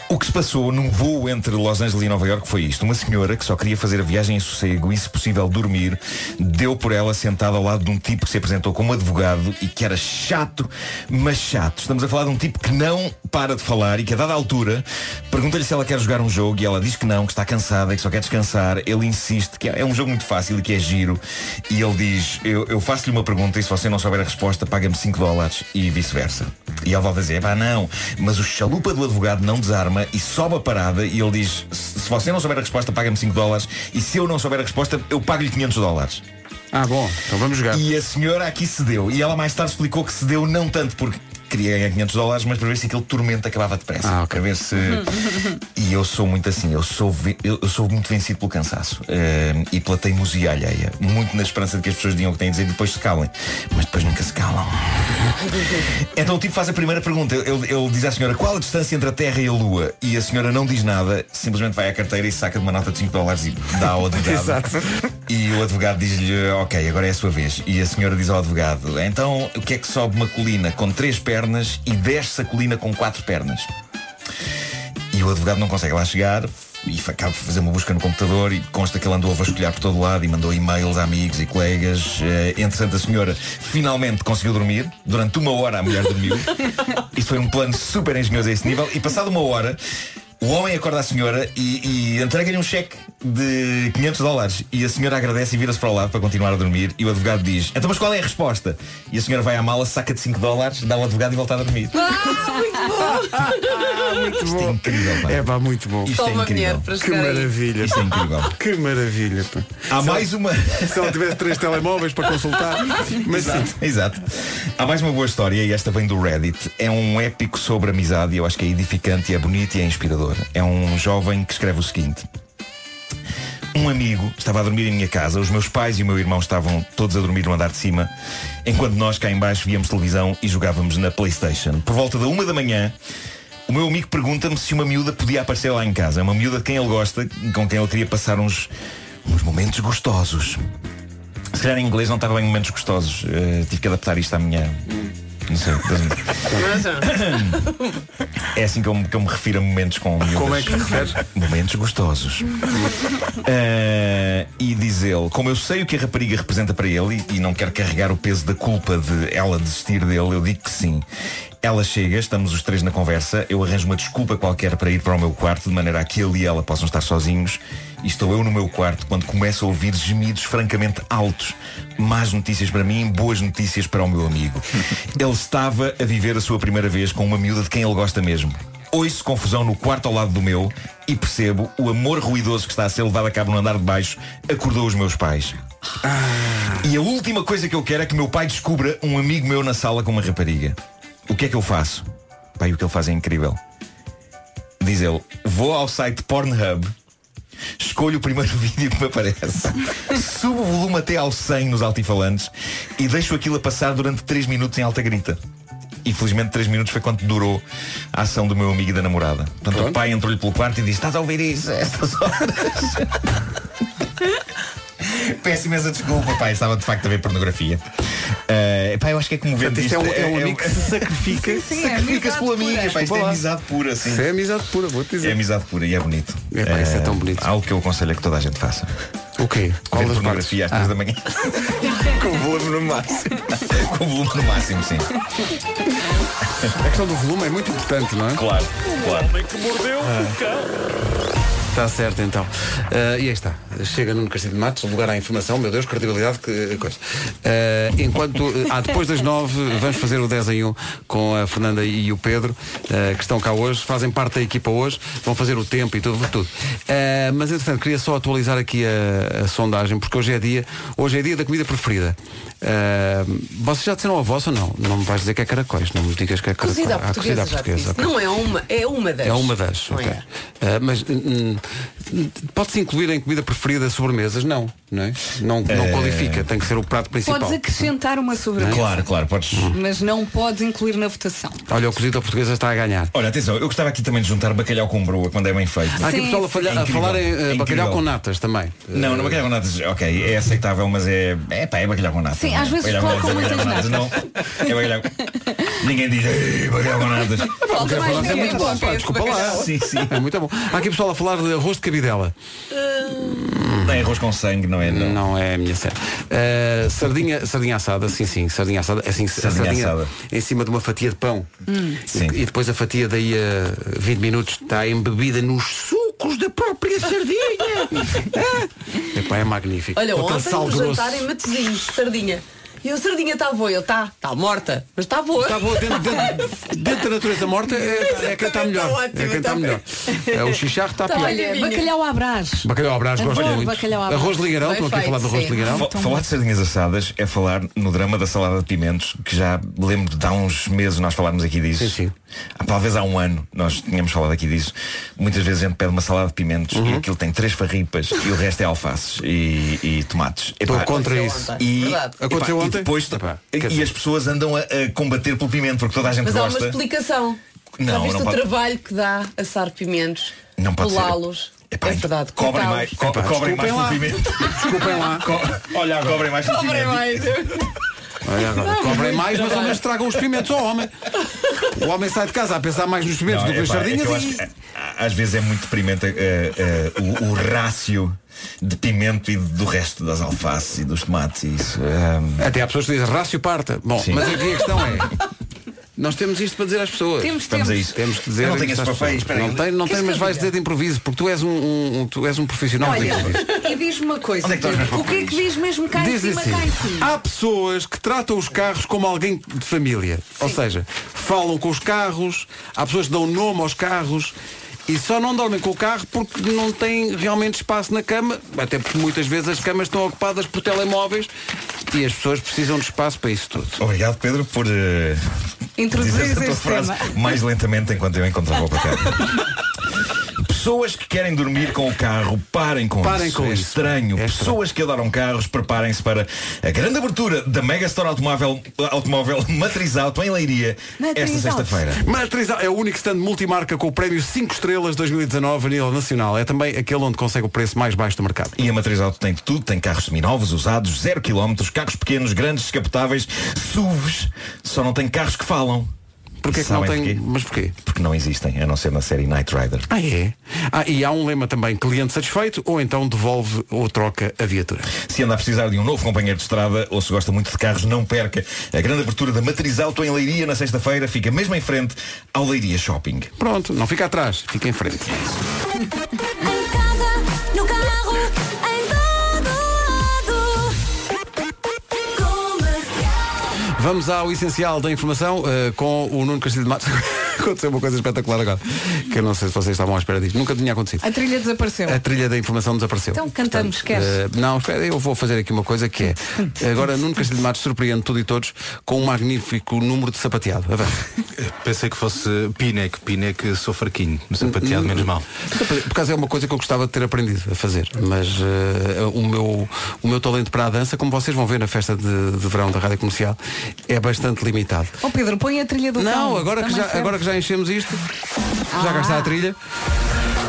O que se passou num voo entre Los Angeles e Nova York foi isto. Uma senhora que só queria fazer a viagem em sossego e, se possível, dormir, deu por ela sentada ao lado de um tipo que se apresentou como advogado e que era chato, mas chato. Estamos a falar de um tipo que não para de falar e que a dada altura pergunta-lhe se ela quer jogar um jogo e ela diz que não, que está cansada e que só quer descansar. Ele insiste que é um jogo muito fácil e que é giro. E ele diz, eu, eu faço-lhe uma pergunta e se você não souber a resposta, paga-me 5 dólares e vice-versa. E ela volta a dizer, pá não, mas o chalupa do advogado não desarma e sobe a parada e ele diz, se se você não souber a resposta, paga-me 5 dólares e se eu não souber a resposta, eu pago-lhe 500 dólares.
Ah, bom, então vamos jogar.
E a senhora aqui cedeu. E ela mais tarde explicou que cedeu não tanto porque queria ganhar 500 dólares, mas para ver se aquele tormento acabava depressa.
Ah,
Para ver se...
Uhum.
E eu sou muito assim, eu sou, ve- eu eu sou muito vencido pelo cansaço eh, e pela teimosia alheia. Muito na esperança de que as pessoas digam o que têm a dizer e depois se calem. Mas depois nunca se calam. Então o tipo faz a primeira pergunta. Ele, ele diz à senhora qual a distância entre a Terra e a Lua? E a senhora não diz nada, simplesmente vai à carteira e saca de uma nota de 5 dólares e dá ao advogado.
Exato.
E o advogado diz-lhe, ok, agora é a sua vez. E a senhora diz ao advogado, então o que é que sobe uma colina com três pernas e desce a colina com quatro pernas? E o advogado não consegue lá chegar e fa- acaba por fazer uma busca no computador e consta que ele andou a vasculhar por todo lado e mandou e-mails a amigos e colegas. Eh, Entretanto, a senhora finalmente conseguiu dormir. Durante uma hora a mulher dormiu. Isto foi um plano super engenhoso a esse nível. E passado uma hora, o homem acorda a senhora e, e entrega-lhe um cheque de 500 dólares. E a senhora agradece e vira-se para o lado para continuar a dormir. E o advogado diz, então mas qual é a resposta? E a senhora vai à mala, saca de 5 dólares, dá ao advogado e volta a dormir.
Ah, muito bom. É pá, muito bom.
Isto é Toma, incrível. mulher, para
que
chegar aí.
maravilha.
Isto é incrível.
Que maravilha. pá.
Há
Se
mais
ela-
uma.
Se ela tivesse três telemóveis para consultar. Mas
exato,
sim.
exato. Há mais uma boa história e esta vem do Reddit. É um épico sobre amizade e eu acho que é edificante, e é bonito e é inspirador. É um jovem que escreve o seguinte. Um amigo estava a dormir em minha casa, os meus pais e o meu irmão estavam todos a dormir no andar de cima, enquanto nós cá em baixo víamos televisão e jogávamos na Playstation. Por volta da uma da manhã, O meu amigo pergunta-me se uma miúda podia aparecer lá em casa. É uma miúda de quem ele gosta, com quem ele queria passar uns, uns momentos gostosos. Se calhar em inglês não estava bem momentos gostosos. Eh, tive que adaptar isto à minha. Não sei. É assim que eu, me- que eu me refiro a momentos com miúdas.
Como é que se refere?
Momentos gostosos. Ah, e diz ele, como eu sei o que a rapariga representa para ele e, e não quero carregar o peso da culpa de ela desistir dele, eu digo que sim. Ela chega, estamos os três na conversa, eu arranjo uma desculpa qualquer para ir para o meu quarto, de maneira a que ele e ela possam estar sozinhos, e estou eu no meu quarto quando começo a ouvir gemidos francamente altos. Más notícias para mim, boas notícias para o meu amigo. Ele estava a viver a sua primeira vez com uma miúda de quem ele gosta mesmo. Ouço confusão no quarto ao lado do meu e percebo o amor ruidoso que está a ser levado a cabo no andar de baixo acordou os meus pais.
Ah,
E a última coisa que eu quero é que meu pai descubra um amigo meu na sala com uma rapariga. O que é que eu faço? Pai, o que ele faz é incrível. Diz ele, vou ao site Pornhub, escolho o primeiro vídeo que me aparece, subo o volume até ao 100 nos altifalantes e deixo aquilo a passar durante 3 minutos em alta grita. Infelizmente 3 minutos foi quanto durou a ação do meu amigo e da namorada. Portanto, o pai entrou-lhe pelo quarto e disse, estás a ouvir isso a estas horas? Peço imensa desculpa, pai, estava de facto a ver pornografia. Uh, pai, eu acho que é comovente.
Isto é um-
isto.
é um amigo que se sacrifica. Sim, sim, é
Sacrifica-se
amizade
pelo amigo.
pura.
Epá, isto é
Desculpa lá.
amizade pura, sim.
Isso é amizade pura, vou te dizer.
É amizade pura e é bonito. É,
pá, isso é tão
bonito. Algo que eu aconselho a que toda a gente faça.
O quê?
Qual Ver
Ah.
pornografia às três da manhã. Com o volume no máximo. Com o volume no máximo, sim.
A questão do volume é muito importante, não é?
Claro, claro.
que mordeu o Está certo então. Ah, e aí está. Chega Nuno Castilho de Matos, lugar à informação, meu Deus, credibilidade, que coisa. Ah, enquanto, ah, depois das nove, vamos fazer o 10 em 1 com a Fernanda e o Pedro, ah, que estão cá hoje, fazem parte da equipa hoje, vão fazer o tempo e tudo. tudo. Ah, mas entretanto, queria só atualizar aqui a, a sondagem, porque hoje é dia, hoje é dia da comida preferida. Ah, vocês já disseram a vossa ou não? Não me vais dizer que é caracóis, não me digas que é caracóis.
Cozida à
Ah,
portuguesa, já te disse.
ok.
Não é uma, é uma das.
É uma das,
Não
ok.
é?
Ah, mas hum, hum, pode-se incluir em comida preferida sobremesas? Não, não é? Não, não
É.
qualifica, tem que ser o prato principal. é?
Podes acrescentar uma sobremesa.
Claro, claro, podes.
Mas não podes incluir na votação.
Olha, o cozido à portuguesa está a ganhar.
Olha, atenção, eu gostava aqui também de juntar bacalhau com broa quando é bem feito.
Há aqui pessoal a, falha- a falar em eh, bacalhau com natas também. Eh,
Não, não bacalhau com natas, ok, é aceitável, mas é. É pá, é bacalhau com natas.
Sim, às vezes
Bacalhau com
colocam
bacalhau
muitas
com Não, é bacalhau. Ninguém diz, "Ei, bacalhau com natas.
Bacalhau com natas é muito bom, pá, desculpa lá.
Sim, sim.
É muito bom. Há aqui pessoal a falar de arroz de cabidela.
Hum. Tem arroz com sangue, não é? Não,
é a minha cena. Ah, sardinha, sardinha assada, sim, sim, sardinha assada. Assim,
Sardinha
sardinha, sardinha
assada.
em cima de uma fatia de pão.
Hum.
E, e depois a fatia daí a 20 minutos está embebida nos sucos da própria sardinha. Epá, é magnífico.
Olha,
Com aquele
ontem
sal
no
grosso.
jantar em Matosinhos, sardinha. E a sardinha está boa, tá. eu está, está morta, mas está boa.
Está Tá boa, dentro, dentro- dentro da natureza morta é, é quem está melhor. é
está ótimo,
quem está
está
melhor. É, o chicharro está
Então,
pior.
olha, bacalhau à brás.
Bacalhau à brás,
Adoro
gosto muito.
bacalhau à brás.
Arroz de ligarão, Bem estou aqui a falar de feito, arroz de sim. ligarão.
Fa-
Tão
falar
bom.
de sardinhas assadas é falar no drama da salada de pimentos, que já lembro de há uns meses nós falámos aqui disso. Ah, Talvez há um ano nós tínhamos falado aqui disso. Muitas vezes a gente pede uma salada de pimentos
Uhum.
e aquilo tem três farripas e o resto é alfaces e, e tomates.
Estou
Epá,
contra Aconteceu isso. ontem.
E,
Verdade. Aconteceu
epá,
ontem?
E, depois, e as pessoas andam a, a combater pelo pimento, porque toda a gente
Mas há uma
gosta.
explicação. Já
Não,
viste
não
o
pode-
trabalho que dá assar pimentos,
Não pode ser.
pelá-los. É verdade.
Cobrem
cortá-los.
mais, co
Epá,
cobrem
desculpem
mais pelo
lá.
pimento.
Desculpem lá.
Co- Olha, agora, cobrem mais pelo
Cobrem
pimento.
mais.
Olha agora,
Não,
cobrem
muito
mais, mas ao
trabalho.
menos tragam os pimentos ao homem. O homem sai de casa a pensar mais nos pimentos
Não,
do que nas
epá, é que
sardinhas
eu
e-
acho que, a- às vezes é muito deprimente eh, eh, o, o rácio de pimento e do resto das alfaces e dos tomates e isso. eh,
Até há pessoas que dizem rácio parta. Bom, mas aqui a questão é. Nós temos isto para dizer às pessoas.
Temos, Estamos temos. a isso.
Temos que dizer.
Eu não tenho
isto
esses
às
papéis,
pessoas.
espera aí.
Não tem, não
Queres
tem, mas
que eu
vais
diga?
dizer de improviso, porque tu és um, um- um- tu és um profissional de
Olha,
improviso.
e diz-me uma coisa.
Onde é que estão os meus
o que é que diz mesmo cá em
Diz
cima,
assim,
cá em cima?
há pessoas que tratam os carros como alguém de família. Ou seja, falam com os carros, há pessoas que dão nome aos carros e só não dormem com o carro porque não têm realmente espaço na cama, até porque muitas vezes as camas estão ocupadas por telemóveis e as pessoas precisam de espaço para isso tudo.
Obrigado, Pedro, por eh,
Introduzir
dizeres a tua
este
frase
tema.
mais lentamente enquanto eu encontrava o pacote. Pessoas que querem dormir com o carro, parem com
Parem
isso.
com
é
isso.
estranho. Pessoas que adoram carros, preparem-se para a grande abertura da Megastore Automóvel, automóvel Matriz Auto em Leiria esta sexta-feira.
Matriz Auto é o único stand multimarca com o prémio 5 estrelas 2019 a nível nacional. É também aquele onde consegue o preço mais baixo do mercado.
E a Matriz Auto tem de tudo, tem carros seminovos, usados, zero quilómetros, carros pequenos, grandes, descapotáveis, SUVs, só não tem carros que falam.
Porquê
E
que não
sabem
tem- Mas porquê?
Porque não existem, a não ser na série Knight Rider.
Ah, é? Ah, e há um lema também, cliente satisfeito ou então devolve ou troca a viatura.
Se anda a precisar de um novo companheiro de estrada ou se gosta muito de carros, não perca. A grande abertura da Matriz Auto em Leiria na sexta-feira fica mesmo em frente ao Leiria Shopping.
Pronto, não fica atrás, fica em frente.
No carro, em todo
Vamos ao essencial da informação eh, com o Nuno Castilho de Matos. Aconteceu uma coisa espetacular agora, que eu não sei se vocês estavam à espera disto. Nunca tinha acontecido.
A trilha desapareceu.
A trilha da informação desapareceu.
Então cantamos, queres?
Eh, não, espera, eu vou fazer aqui uma coisa que é. Agora Nuno Castilho de Matos surpreende tudo e todos com um magnífico número de sapateado. Avança.
Eh, Pensei que fosse Pinec, Pinec, sou fraquinho, sapateado, menos mal.
Por acaso é uma coisa que eu gostava de ter aprendido a fazer, mas eh, o, meu, o meu talento para a dança, como vocês vão ver na festa de, de verão da Rádio Comercial, é bastante limitado.
Ó Oh, Pedro, põe a trilha do
eh,
Tá
Não,
cão.
agora que,
Também
já,
serve.
agora que já enchemos isto, já cá está a trilha.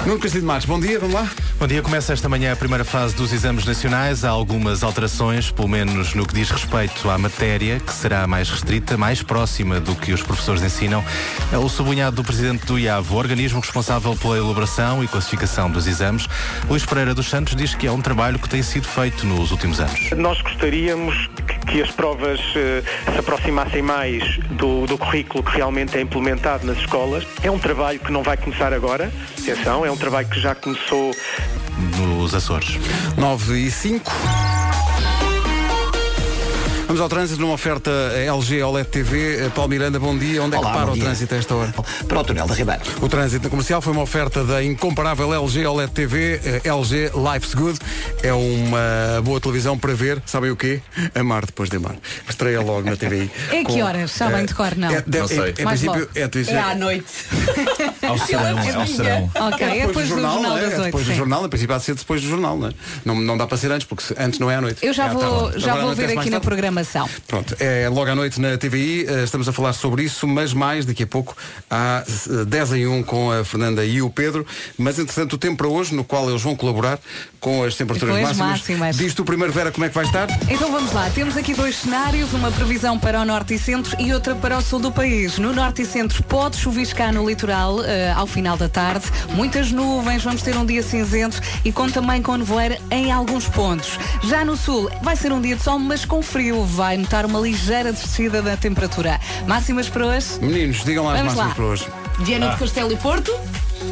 Nuno Castilho de Matos, bom dia, vamos lá.
Bom dia, começa esta manhã a primeira fase dos exames nacionais. Há algumas alterações, pelo menos no que diz respeito à matéria, que será mais restrita, mais próxima do que os professores ensinam. É O sublinhado do presidente do IAV, o organismo responsável pela elaboração e classificação dos exames, Luís Pereira dos Santos, diz que é um trabalho que tem sido feito nos últimos anos.
Nós gostaríamos que- que as provas eh, se aproximassem mais do, do currículo que realmente é implementado nas escolas. É um trabalho que não vai começar agora, atenção, é um trabalho que já começou
Nos Açores.
9 e 5. Vamos ao trânsito numa oferta LG OLED TV. Paulo Miranda, bom dia. Onde é que para o trânsito a esta hora?
Para o túnel da Ribeira.
O trânsito na comercial foi uma oferta da incomparável LG OLED TV, eh, LG Life's Good. É uma boa televisão para ver, sabem o quê? Amar depois de amar. Estreia logo na TV.
É a que horas? Já bem de cor, não.
É, deve- é- em
Mais
princípio,
logo.
é, tu- isso
É
é-
à noite.
Ao serão,
Ela
é ao
fica.
serão.
Ok, é depois do jornal,
não é?
das
É depois do
oito.
jornal, em princípio há de ser depois do jornal, não é? Não, não dá para ser antes, porque se- antes não é à noite.
Eu já
Ah, tá
vou,
bom.
já
Agora
vou
não tens
ver
mais
aqui na
tarde?
programação.
Pronto, é logo à noite na TVI, eh, estamos a falar sobre isso, mas mais daqui a pouco há eh, 10 em 1 com a Fernanda e o Pedro, mas entretanto o tempo para hoje, no qual eles vão colaborar com as temperaturas
Com as
máximas.
máximas.
Diz tu primeiro, Vera, como é que vai estar?
Então vamos lá, temos aqui dois cenários, uma previsão para o norte e centro e outra para o sul do país. No norte e centro pode chuviscar no litoral eh, ao final da tarde, muitas nuvens, vamos ter um dia cinzento e com também com nevoeiro em alguns pontos. Já no sul vai ser um dia de sol, mas com frio, vai notar uma ligeira descida da temperatura. Máximas para hoje?
Meninos, digam lá as
Vamos
máximas
lá.
para hoje.
Viana
Ah.
de Castelo e Porto,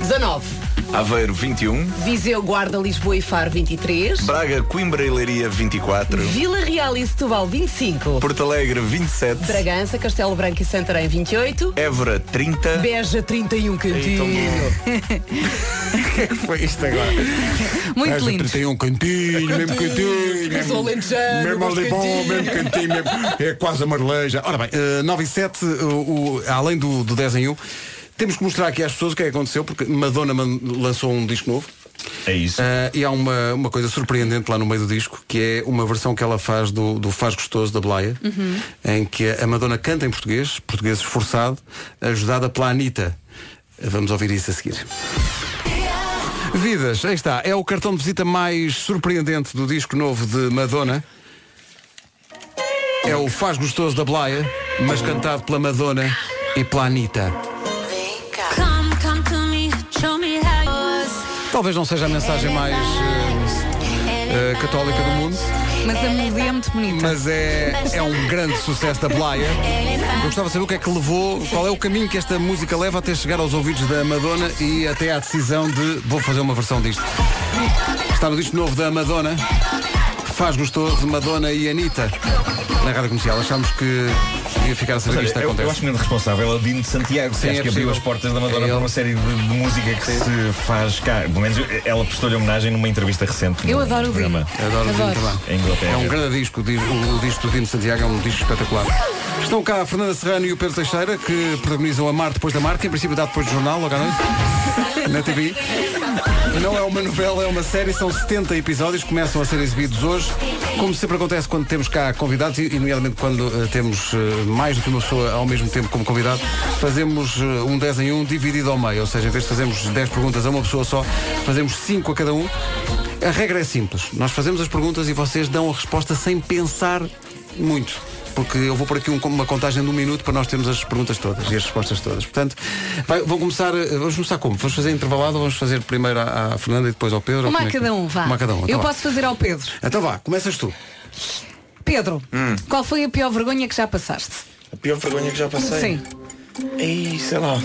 19.
Aveiro 21,
Viseu, Guarda, Lisboa e Faro, 23.
Braga, Coimbra e Leiria 24,
Vila Real e Setúbal, 25.
Porto Alegre 27,
Bragança, Castelo Branco e Santarém, 28.
Évora 30.
Beja, 31, Cantinho.
O que é que foi isto agora?
Muito
Esta
lindo.
31 cantinho, mesmo cantinho.
Eu sou
Mesmo,
alentejano,
mesmo
gosto de
alibó,
cantinho.
mesmo cantinho, mesmo, é quase a marleja. Ora bem, eh, 9 e 7, o, o- além do, do 10 em 1, temos que mostrar aqui às pessoas o que é que aconteceu, porque Madonna man- lançou um disco novo. Eh,
É isso.
e há uma, uma coisa surpreendente lá no meio do disco, que é uma versão que ela faz do, do Faz Gostoso da Blaya, Uhum. em que a Madonna canta em português, português esforçado, ajudada pela Anitta. Vamos ouvir isso a seguir. Vidas, aí está. É o cartão de visita mais surpreendente do disco novo de Madonna. É o Faz Gostoso da Blaya, mas cantado pela Madonna e pela Anitta.
Come, come to me, show me how
Talvez não seja a mensagem mais eh, eh, católica do mundo,
Mas a melodia é muito bonita.
mas é, é um grande sucesso da Blaya. Eu gostava de saber o que é que levou, qual é o caminho que esta música leva até chegar aos ouvidos da Madonna e até à decisão de vou fazer uma versão disto. Está no disco novo da Madonna. Faz gostoso Madonna e Anitta. Na rádio comercial, achamos que devia ficar a
Mas
saber
olha,
que isto
eu,
acontece.
eu acho que o grande responsável é o Dino de Santiago, que
Sim,
acho
é
que abriu
possível.
as portas da Madonna
É
para
ele.
uma série de, de música que se faz cá. Pelo menos eu- ela prestou-lhe homenagem numa entrevista recente.
Eu
no
adoro o
programa.
Dino. Adoro o Dino Adoro. também.
Em Inglaterra.
É um grande disco, o, di- o disco do Dino Santiago é um disco espetacular. Estão cá a Fernanda Serrano e o Pedro Teixeira, que protagonizam a Mar depois da marca, em princípio dá depois do jornal, logo à noite, na TV. Não é uma novela, é uma série, são 70 episódios, começam a ser exibidos hoje. Como sempre acontece quando temos cá convidados, e, e nomeadamente quando eh, temos eh, mais do que uma pessoa ao mesmo tempo como convidado, fazemos eh, um 10 em 1 dividido ao meio, ou seja, em vez de fazermos 10 perguntas a uma pessoa só, fazemos 5 a cada um. A regra é simples, nós fazemos as perguntas e vocês dão a resposta sem pensar muito. Porque eu vou pôr aqui um- uma contagem de um minuto para nós termos as perguntas todas e as respostas todas. Portanto, vai- vão começar, eh, vamos começar como? Vamos fazer intervalado ou vamos fazer primeiro à, à Fernanda e depois ao Pedro? Ou
Uma
como
a
é que-
cada um, vá.
Uma a cada um.
Eu
então vá.
posso fazer ao Pedro.
Então vá, começas tu.
Pedro,
Hum.
qual foi a pior vergonha que já passaste?
A pior vergonha que já passei.
Sim. Ah,
Ei, sei lá.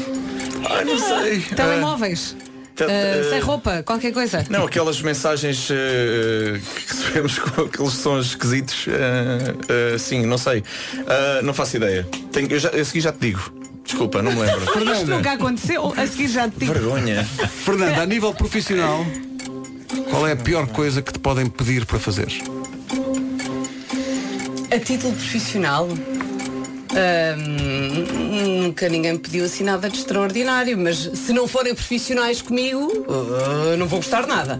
Ai, não sei.
Telemóveis.
Te-
Ah,
eh,
sem roupa, qualquer coisa.
Não, aquelas mensagens eh, que recebemos com aqueles sons esquisitos. eh, eh, sim, não sei. Ah, não faço ideia. Tenho, eu já, a seguir já te digo. Desculpa, não me lembro.
Isto nunca aconteceu. A seguir já te digo.
Vergonha.
Fernanda, a nível profissional, qual é a pior coisa que te podem pedir para fazer?
A título profissional, hum, nunca ninguém me pediu assim nada de extraordinário, mas se não forem profissionais comigo, uh, não vou gostar nada.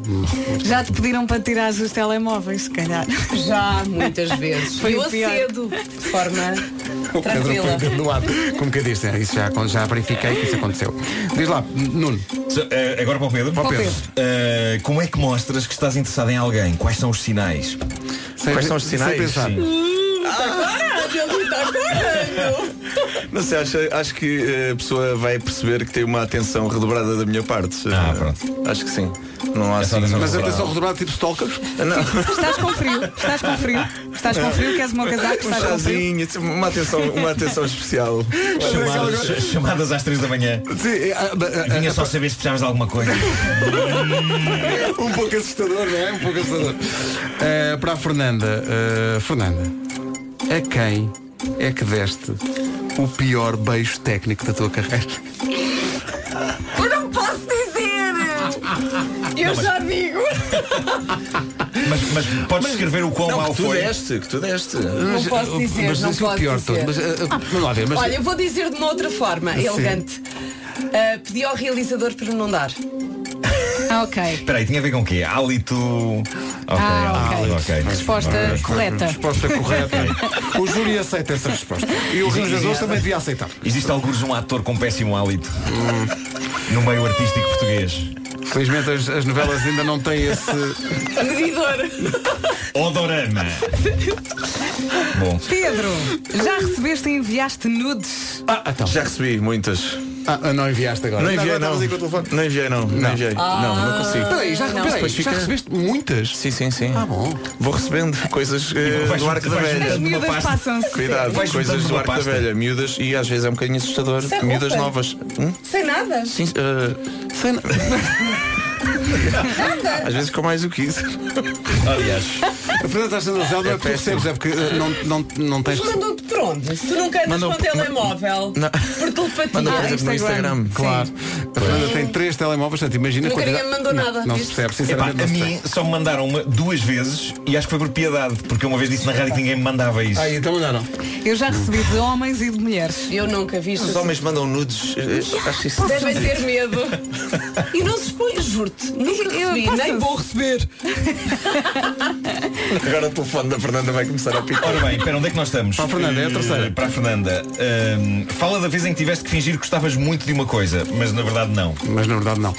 Já te pediram para tirar os telemóveis, se calhar.
Já, muitas vezes.
Foi
eu
o pior.
acedo, de
O
forma
Pedro põe
tranquila.
o dedo no ar. Como que eu disse? é, Isso já, já verifiquei que isso aconteceu. Diz lá, Nuno.
eh, agora para o Pedro.
Para o Pedro.
Eh, como é que mostras que estás interessado em alguém? Quais são os sinais?
Quais são os sinais?
Sim.
Hum, tá
Não sei, acho, acho que eh, a pessoa vai perceber que tem uma atenção redobrada da minha parte. Ah, pronto. Acho que sim.
É
Não há assim.
Mas atenção redobrada tipo stalkers?
Estás com frio, estás com frio. Estás com frio, queres o meu casaco,
Um
estás com frio.
chazinho, uma atenção, uma atenção especial.
Chamadas, chamadas às 3 da manhã.
eh, ah,
Vinha só saber se precisavas de alguma coisa.
um pouco assustador, não é? Um pouco assustador. Eh, para a Fernanda, eh, Fernanda, a quem é que deste o pior beijo técnico da tua carreira?
Eu não posso dizer!
Eu Não, mas- já
digo!
Mas, mas podes escrever o quão
Não,
mau
que tu
foi.
deste, que é tu deste.
Não posso dizer,
mas
não
esse é o
posso
pior
dizer.
todo, mas, eh, eh, vamos lá ver, mas-
Olha, eu vou dizer de uma outra forma,
Sim.
elegante. Ah, pedi ao realizador para não dar.
Ah, ok.
Espera aí, tinha a ver com o quê? Hálito. Ok,
Ah,
hálito, ok.
Resposta
Ok.
correta.
Resposta correta. O júri aceita essa resposta. E o realizador também devia aceitar.
Existe alguns um ator com péssimo hálito no meio artístico português.
Felizmente as, as novelas ainda não têm esse
Medidor.
odorama. Bom.
Pedro, já recebeste e enviaste nudes?
Ah, então.
Já recebi muitas.
Ah, não enviaste agora.
Não enviei,
Agora
não.
estavas aí com o
Não enviei, não. Não enviei.
Ah.
Não, não consigo.
Peraí, já- peraí, já recebeste muitas?
Sim, sim, sim.
Ah, bom.
Vou recebendo coisas eh,
vais
do Arco da
juntando- vais
Velha.
juntando As miúdas uma pasta. passam-se.
Cuidado,
Vais
coisas
juntando
do
uma
Arco da
pasta.
Velha. Miúdas e às vezes é um bocadinho assustador.
Sem
Miúdas
roupa.
novas. Hum?
Sem nada.
Sim, eh,
Sem
nada.
às vezes com mais do que isso.
Aliás.
A Fernanda está sendo não é porque percebes, é porque eh, não, não, não tens.
Mas mandam-te por onde? Se tu nunca andas
Mandam
com o
por-
telemóvel, por telepatia.
Claro. A Fernanda tem três telemóveis, portanto, imagina
Nunca
a quantidade-
ninguém me mandou
Não,
nada,
Não se
viste?
percebe, sinceramente.
Epá, a
não se
mim só me mandaram uma duas vezes e acho que foi por piedade, porque eu uma vez disse na rádio que ninguém me mandava isso.
Ah, então mandaram.
Eu já recebi de homens e de mulheres.
Eu nunca vi
Os homens mandam nudes. eh, Acho isso.
Devem ter medo. E não se expõe, juro-te. Nunca recebi, nem vou receber.
Agora o telefone da Fernanda vai começar a picar.
Ora bem, espera, onde é que nós estamos? Para a
Fernanda, é a terceira.
Para a Fernanda. Hum, fala da vez em que tiveste que fingir que gostavas muito de uma coisa, mas na verdade não.
Mas na verdade não.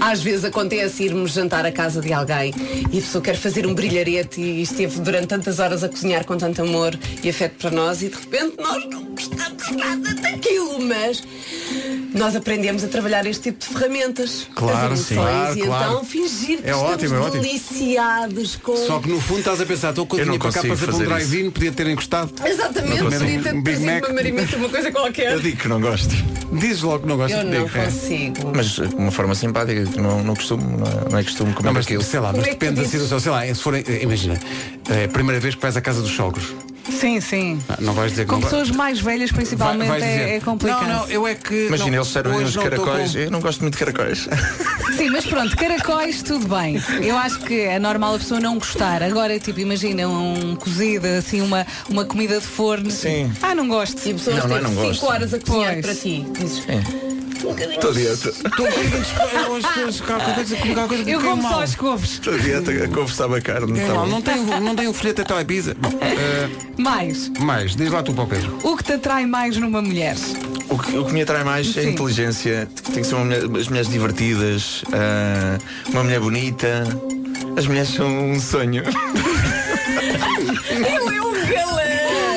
Às vezes acontece irmos jantar à casa de alguém e a pessoa quer fazer um brilharete e esteve durante tantas horas a cozinhar com tanto amor e afeto para nós e de repente nós não gostamos nada daquilo, mas nós aprendemos a trabalhar este tipo de ferramentas.
Claro,
as
sim.
emoções,
Claro,
e
claro.
então fingir que
É
estamos
ótimo, é ótimo.
deliciados com...
Só que no fundo estás a pensar, estou com a
Eu não
dinheiro para cá para
consigo
fazer um
fazer
drive-in, podia terem gostado.
Exatamente,
Não consigo.
podia ter
Um Big
trazido
Mac.
uma marimita, uma coisa qualquer.
Eu digo que não gosto.
Dizes logo que não gostas
Eu
de
não
digo, é.
consigo.
Mas eh, de uma forma simpática, que não, não costumo, não é, não é costume comer
Não, mas
aquilo.
sei lá,
Como
mas
é que tu
depende da
dizes?
eh, situação. Sei lá, se forem, eh, imagina, é a primeira vez que vais à casa dos sogros.
Sim, sim.
Ah, Não vais dizer que
Com
não vai-
pessoas mais velhas, principalmente,
Vai- vais
é,
dizer,
é complicado.
"Não, não, eu é que
Imagina, eles servem
hoje
uns
não tô
caracóis.
com-
Eu não gosto muito de caracóis.
Sim, mas pronto, caracóis, tudo bem. Eu acho que é normal a pessoa não gostar. Agora, tipo, imagina um cozido, assim, uma, uma comida de forno. Sim. Ah, não gosto. E
pessoas Não, não é têm não cinco gosto. horas a cozinhar para ti. Dizes,
Estou a dieta.
Eu como só as couves.
Estou a dieta a conversar a carne.
É
tá
mal,
bom.
não tem, não tem um folheto até à Ibiza. Bom, eh,
Mais,
mais, diz lá tu para o Pedro.
o que te atrai mais numa mulher?
O que, o que me atrai mais é a
Sim.
inteligência. que Tem que ser uma mulher, as mulheres divertidas, ah, uma mulher bonita. As mulheres são um sonho.
Ele é um galã!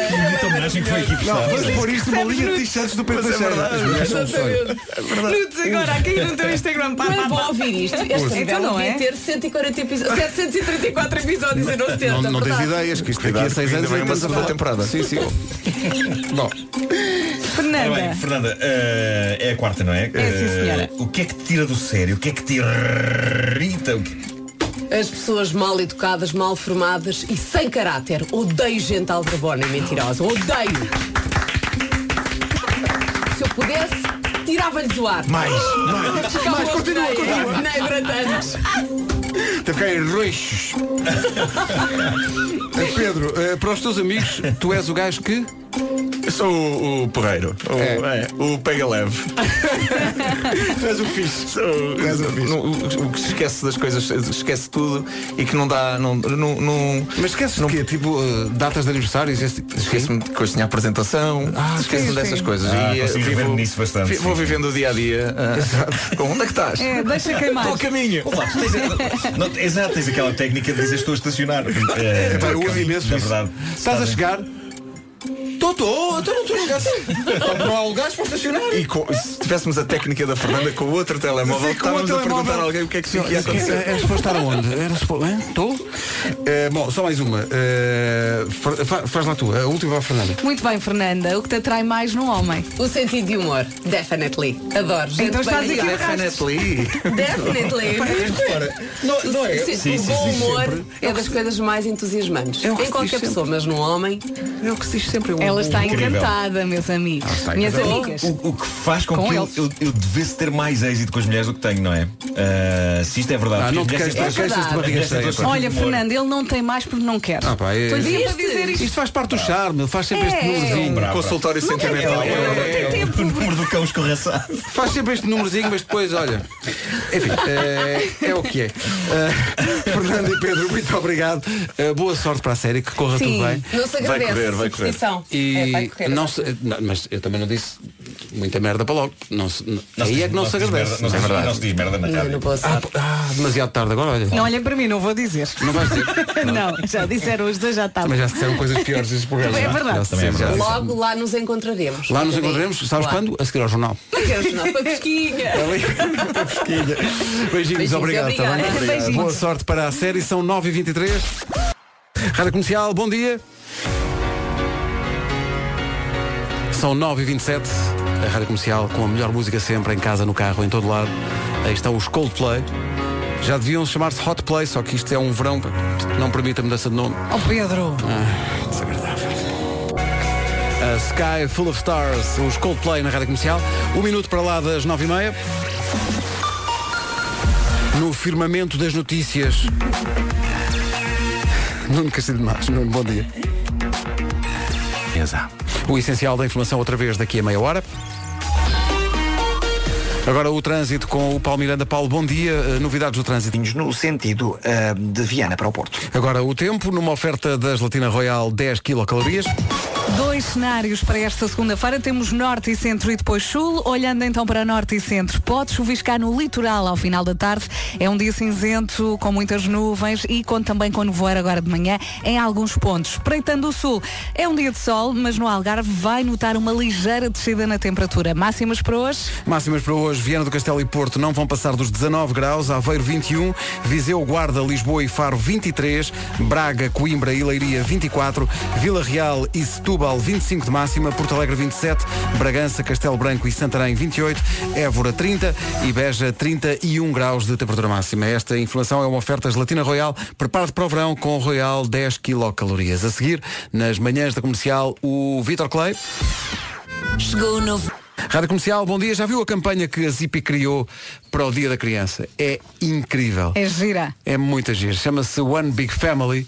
Bonita homenagem que foi aqui
Não, vamos pôr isto numa linha de t-shirts do
é
Pedro Teixeira. As mulheres são um sonho.
Nudes agora aqui no teu Instagram. Pá,
Não
pá,
é bom
pá.
ouvir isto.
Ouça.
Esta
Então
novela
não
devia
é?
ter 140 episódios, 734 episódios e não 70.
Não, não tens
verdade?
ideias, que isto daqui a
Cuidado,
seis
que ainda
anos
vem
ainda
uma
estamos a
segunda
falar.
temporada.
Sim, sim. Bom,
Fernanda.
Ora bem, Fernanda, eh, é a quarta, não é?
É, sim, senhora.
Eh, o que é que te tira do sério? O que é que te irrita? O que-
As pessoas mal educadas, mal formadas e sem caráter. Odeio gente aldrabona e mentirosa. Odeio. Se eu pudesse, tirava-lhes o ar.
Mais,
mais. Mais, continua, continua.
Nem durante anos.
Até ficar em roxos. Eh, Pedro, eh, para os teus amigos, tu és o gajo que.
Eu sou o, o porreiro. O, é, o pega leve. tu és o fixe. o, o que se esquece das coisas, esquece tudo e que não dá. Não, não, não,
Mas esqueces não, quê? Tipo, eh, datas de aniversários? esse-
Esqueço-me de coisas tinha apresentação,
Ah,
esqueço-me
sim,
dessas
sim.
coisas.
Ah,
eh,
consigo ver-me nisso bastante,
vi-
sim,
vou
sim.
vivendo o dia a dia. eh, com onde é que estás?
É, deixa queimar.
Estou a caminho.
Olá, tu tens- não, exato, tens aquela técnica de dizer estou a estacionar. Eh,
É, Pá, eu uso imenso
Na
isso.
verdade.
Estás a chegar? Estou, estou, então não estou a chegar. Não há lugares para estacionar.
E com- se tivéssemos a técnica da Fernanda com outro telemóvel,
Sim, com o
estávamos a
telemóvel.
perguntar a alguém o que é que
Sim,
tinha
é- é- Era
acontecido.
suposto estar onde? Era suposto. Estou? bom, só mais uma. Eh, fa- fa- faz lá tu, a última vai, Fernanda.
Muito bem, Fernanda. O que te atrai mais num homem?
O sentido de humor. Definitely. Adoro. Gente
Então estás
bem
aqui
educada. Definitely.
Pá, é que
não,
não é?
O,
Sim, sim,
bom
sim,
humor
sempre.
é das coisas mais entusiasmantes.
o que
em
se
qualquer
diz
pessoa, mas num homem.
É o que se diz sempre.
Ela
bom
está
humor. Incrível.
encantada, meus amigos.
Está,
Minhas
mas o-
amigas.
Então, O, o que faz com,
Com
que eu,
eles.
eu, eu devesse ter mais êxito com as mulheres do que tenho, não é? Ah, se isto é verdade.
Ah, não
porque
te
as mulheres
queixas- é
têm
queixas
É todas-
de barriga
as mulheres têm todas
cheia, pá.
sentido
Olha,
de humor.
Fernanda, ele não tem mais porque não quer.
Ah, pá, é-
Estou sempre a dizer isto.
Isto faz parte do charme, faz sempre este
É.
númerozinho.
Bravo,
Consultório
bravo.
sentimental.
É, é, é, é, é, o número do cão escorraçado.
Faz sempre este númerozinho, mas depois, olha. Enfim, eh, é o que é. Eh, Fernando e Pedro, muito obrigado. Eh, boa sorte para a série, que corra
Sim,
tudo bem.
não se agradece. Repetição.
E
É, vai correr.
não se, não, mas eu também não disse muita merda para logo. Não se, não- aí é que não, se agradece.
Não se
É
diz merda,
verdade.
não se diz merda na
Não,
rádio.
não posso. Ah, p- ah, demasiado tarde agora, olha.
É. Não olhem para mim, não vou dizer.
Não vais dizer.
não, já disseram os dois, já está.
Mas já se disseram coisas piores esses programas.
Também é
não
verdade.
Já se disseram, já se disseram.
Logo lá nos encontraremos.
Lá nos encontraremos, sabes quando? A seguir ao jornal.
Queres não? Para pesquinha.
Beijinhos, obrigado. tá bem?
obrigada. Beijinhos.
Boa sorte para a série, são 9h23. Rádio Comercial, bom dia. São 9h27, a Rádio Comercial com a melhor música sempre, em casa, no carro, em todo lado. Aí estão os Coldplay. Já deviam chamar-se Hot Play, só que isto é um verão, não permite a mudança de nome.
Oh Pedro.
Ah, desagradável. A Sky Full of Stars, os Coldplay na rádio comercial. Um minuto para lá das nove e meia. No firmamento das notícias. Nuno Castilho de Matos, Nuno, bom dia. O essencial da informação outra vez daqui a meia hora. Agora o trânsito com o Paulo Miranda. Paulo, bom dia. Eh, Novidades do trânsito.
No sentido ah, de Viana para o Porto.
Agora o tempo, numa oferta da gelatina Royal 10 quilocalorias.
Dois cenários para esta segunda-feira. Temos norte e centro e depois sul. Olhando então para norte e centro, pode chuviscar no litoral ao final da tarde. É um dia cinzento, com muitas nuvens e conta também com nevoeiro agora de manhã em alguns pontos. Espreitando o sul, é um dia de sol, mas no Algarve vai notar uma ligeira descida na temperatura. Máximas para hoje?
Máximas para hoje. hoje, Viana do Castelo e Porto não vão passar dos 19 graus, Aveiro 21, Viseu, Guarda, Lisboa e Faro 23, Braga, Coimbra e Leiria 24, Vila Real e Setúbal 25 de máxima, Porto Alegre 27, Bragança, Castelo Branco e Santarém 28, Évora 30 e Beja 31 graus de temperatura máxima. Esta inflação é uma oferta gelatina Royal. Prepare-te para o verão com Royal 10 quilocalorias. A seguir, nas manhãs da comercial, o Vitor Clay.
Chegou o novo.
Rádio Comercial, bom dia. Já viu a campanha que a Zipi criou para o Dia da Criança? É incrível.
É gira.
É muito agir. Chama-se One Big Family.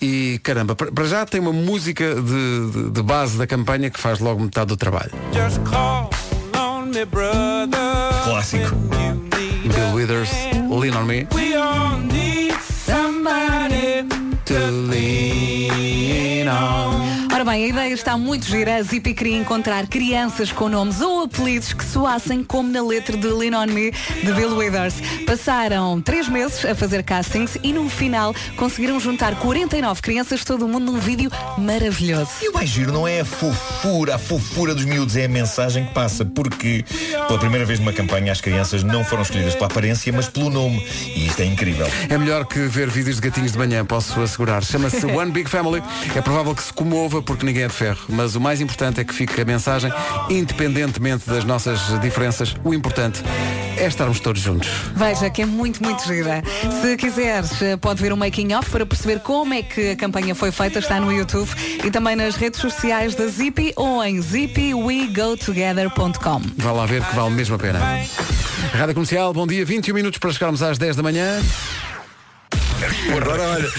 E caramba, para para já tem uma música de, de- de base da campanha que faz logo metade do trabalho.
Just call on me, brother.
Clássico. Bill Withers, Lean on Me.
We all need somebody.
To lean on.
Ora bem, a ideia está muito gira. A Zipi queria encontrar crianças com nomes ou apelidos que soassem como na letra de Lean On Me, de Bill Withers. Passaram três meses a fazer castings e no final conseguiram juntar 49 crianças de todo o mundo num vídeo maravilhoso.
E o mais giro não é a fofura, a fofura dos miúdos, é a mensagem que passa, porque pela primeira vez numa campanha as crianças não foram escolhidas pela aparência, mas pelo nome. E isto é incrível.
É melhor que ver vídeos de gatinhos de manhã, posso assegurar. Chama-se One Big Family. É provável que se comova porque ninguém é de ferro. Mas o mais importante é que fique a mensagem, independentemente das nossas diferenças, o importante é estarmos todos juntos.
Veja que é muito, muito gira. Se quiseres, eh, pode ver o making of para perceber como é que a campanha foi feita, está no YouTube e também nas redes sociais da Zippy ou em zippywegotogether.com.
Vá lá ver que vale mesmo a pena. Rádio Comercial, bom dia, 21 minutos para chegarmos às 10 da manhã. Agora olha,
agora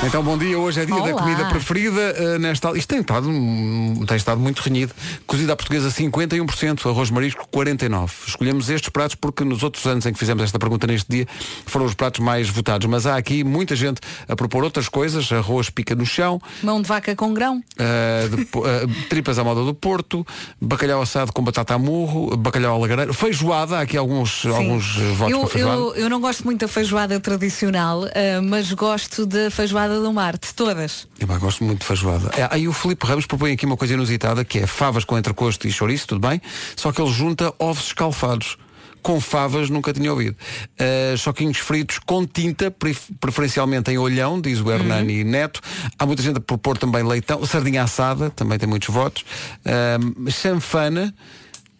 Então bom dia, hoje é dia da
Olá.
comida preferida eh, nesta Isto tem estado, hum, tem estado muito renhido. Cozida à portuguesa 51%, arroz marisco 49%. Escolhemos estes pratos porque nos outros anos em que fizemos esta pergunta neste dia foram os pratos mais votados. Mas há aqui muita gente a propor outras coisas, arroz pica no chão,
Mão de vaca com grão.
Uh, depo- uh, tripas à moda do Porto, bacalhau assado com batata a murro, bacalhau à lagareira, feijoada, há aqui alguns, alguns uh, votos para
Eu,
feijoada.
eu, eu não gosto muito da feijoada tradicional, eh, mas gosto da feijoada do mar, de todas.
Eu pá, gosto muito de feijoada. É, aí o Filipe Ramos propõe aqui uma coisa inusitada, que é favas com entrecosto e chouriço, tudo bem, só que ele junta ovos escalfados. Com favas nunca tinha ouvido. Uh, choquinhos fritos com tinta, pref- preferencialmente em olhão, diz o Hernani Neto. Há muita gente a propor também leitão. Sardinha assada, também tem muitos votos. Uh, chanfana,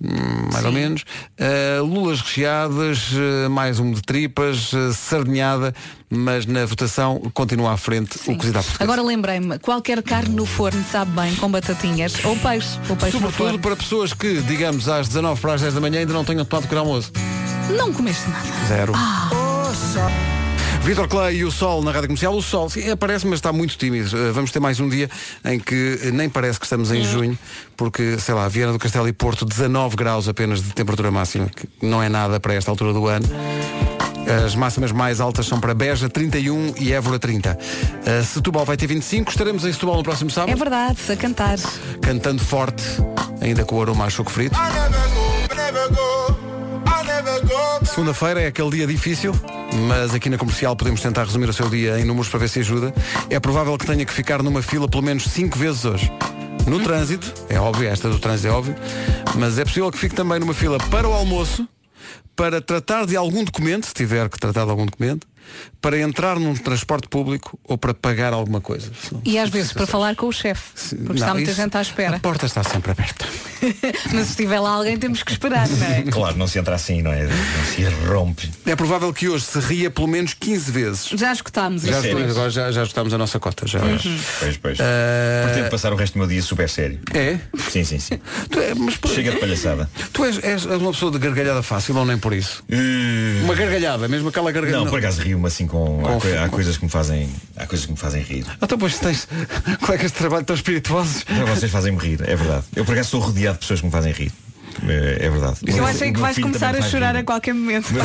hum, mais ou menos. Uh, lulas recheadas, uh, mais um de tripas, uh, sardinhada, mas na votação continua à frente o cozido à portuguesa.
Agora lembrei-me, qualquer carne no forno sabe bem, com batatinhas, ou peixe, ou peixe no
Sobretudo
forno.
para pessoas que, digamos, às 19 para as 10 da manhã ainda não tenham tomado pequeno almoço.
Não comeste nada. Ah,
Zero. Vitor Clay e o Sol na Rádio Comercial. O Sol sim, aparece, mas está muito tímido. Eh, Vamos ter mais um dia em que eh, nem parece que estamos em junho, porque, sei lá, Viana do Castelo e Porto, 19 graus apenas de temperatura máxima, que não é nada para esta altura do ano. As máximas mais altas são para Beja, 31 e Évora, 30. Eh, Setúbal vai ter 25. Estaremos em Setúbal no próximo sábado,
É verdade, a cantar.
cantando forte, ainda com o aroma a choco frito. Segunda-feira é aquele dia difícil, mas aqui na comercial podemos tentar resumir o seu dia em números para ver se ajuda. É provável que tenha que ficar numa fila pelo menos 5 vezes hoje. No trânsito, é óbvio, esta do trânsito é óbvio, mas é possível que fique também numa fila para o almoço, para tratar de algum documento, se tiver que tratar de algum documento, para entrar num transporte público ou para pagar alguma coisa.
E às vezes para falar com o chefe, porque está
Não,
muita
isso-
gente à
A
espera.
porta está sempre aberta.
Mas se estiver lá alguém temos que esperar, não é?
Claro, não se entra assim, não é? Não se rompe.
É provável que hoje se ria pelo menos 15 vezes.
Já escutámos Uhum.
Já,
isto. tudo.
agora já, já esgotámos a nossa cota. Já.
Pois, pois.
Ah.
Pretendo passar o resto do meu dia super sério.
É?
Sim, sim, sim.
Tu é- mas por-
Chega de palhaçada.
Tu és, és uma pessoa de gargalhada fácil ou nem por isso? Uma gargalhada, mesmo aquela gargalhada.
Não, por acaso rio-me assim com. há,
Com-
coi- há
com-
coisas que me fazem. Há coisas que me fazem rir.
Então, pois tens colegas de trabalho tão espirituosos.
Então, vocês fazem-me rir, é verdade. Eu por acaso sou rodeado de pessoas que me fazem rir. Eh, É verdade.
Eu achei
O
que
meu
vais
filho
começar a
também faz
chorar
rir.
a qualquer momento.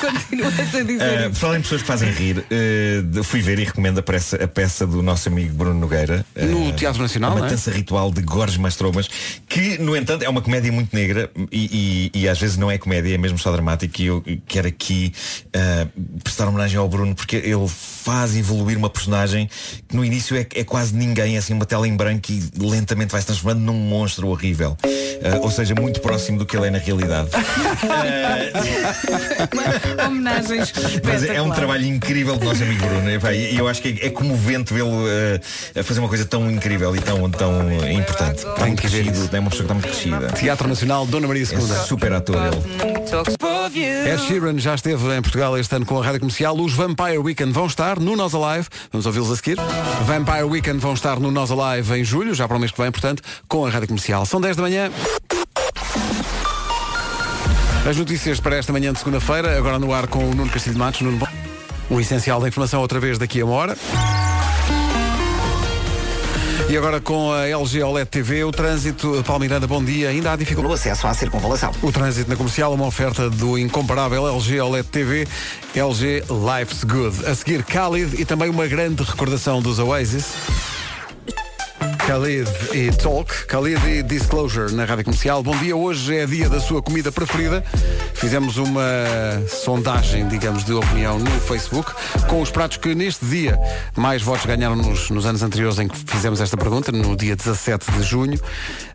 Continuas a dizer
Uh, falando em pessoas que fazem rir, eh, de- fui ver e recomendo a peça, a peça do nosso amigo Bruno Nogueira.
No
eh,
Teatro Nacional,
A
não é?
Matança Ritual de Gorges Mastromas, que, no entanto, é uma comédia muito negra e, e- e às vezes não é comédia, é mesmo só dramático. E eu quero aqui eh, prestar homenagem ao Bruno, porque ele faz evoluir uma personagem que no início é, é quase ninguém, é assim uma tela em branco e lentamente vai se transformando num monstro horrível. Eh, ou seja, muito próximo do que ele é na realidade.
É.
isso. É. Homenagens.
Mas é um
espetacular.
trabalho incrível do nosso amigo Bruno. Epá, E eu acho que é, é comovente vê-lo eh, a fazer uma coisa tão incrível e tão, tão eh, importante. Tão muito crescido, é uma pessoa que está muito crescida.
Teatro Nacional, Dona Maria II.
É super ator ele.
Ed Sheeran já esteve em Portugal este ano com a rádio comercial. Os Vampire Weekend vão estar no Nós Alive. Vamos ouvi-los a seguir. Vampire Weekend vão estar no Nós Alive em julho, já para o mês que vem, portanto, com a rádio comercial. São 10 da manhã. As notícias para esta manhã de segunda-feira, agora no ar com o Nuno Castilho de Matos. Nuno, bom. O essencial da informação outra vez daqui a uma hora. E agora com a LG OLED TV, o trânsito, Paulo Miranda, bom dia. Ainda há dificuldade.
No acesso à circunvalação.
O trânsito na comercial, uma oferta do incomparável LG OLED TV, LG Life's Good. A seguir, Khalid e também uma grande recordação dos Oasis. Khalid e Talk, Khalid e Disclosure na Rádio Comercial. Bom dia, hoje é dia da sua comida preferida. Fizemos uma sondagem, digamos, de opinião no Facebook com os pratos que neste dia mais votos ganharam nos, nos anos anteriores em que fizemos esta pergunta, no dia 17 de junho.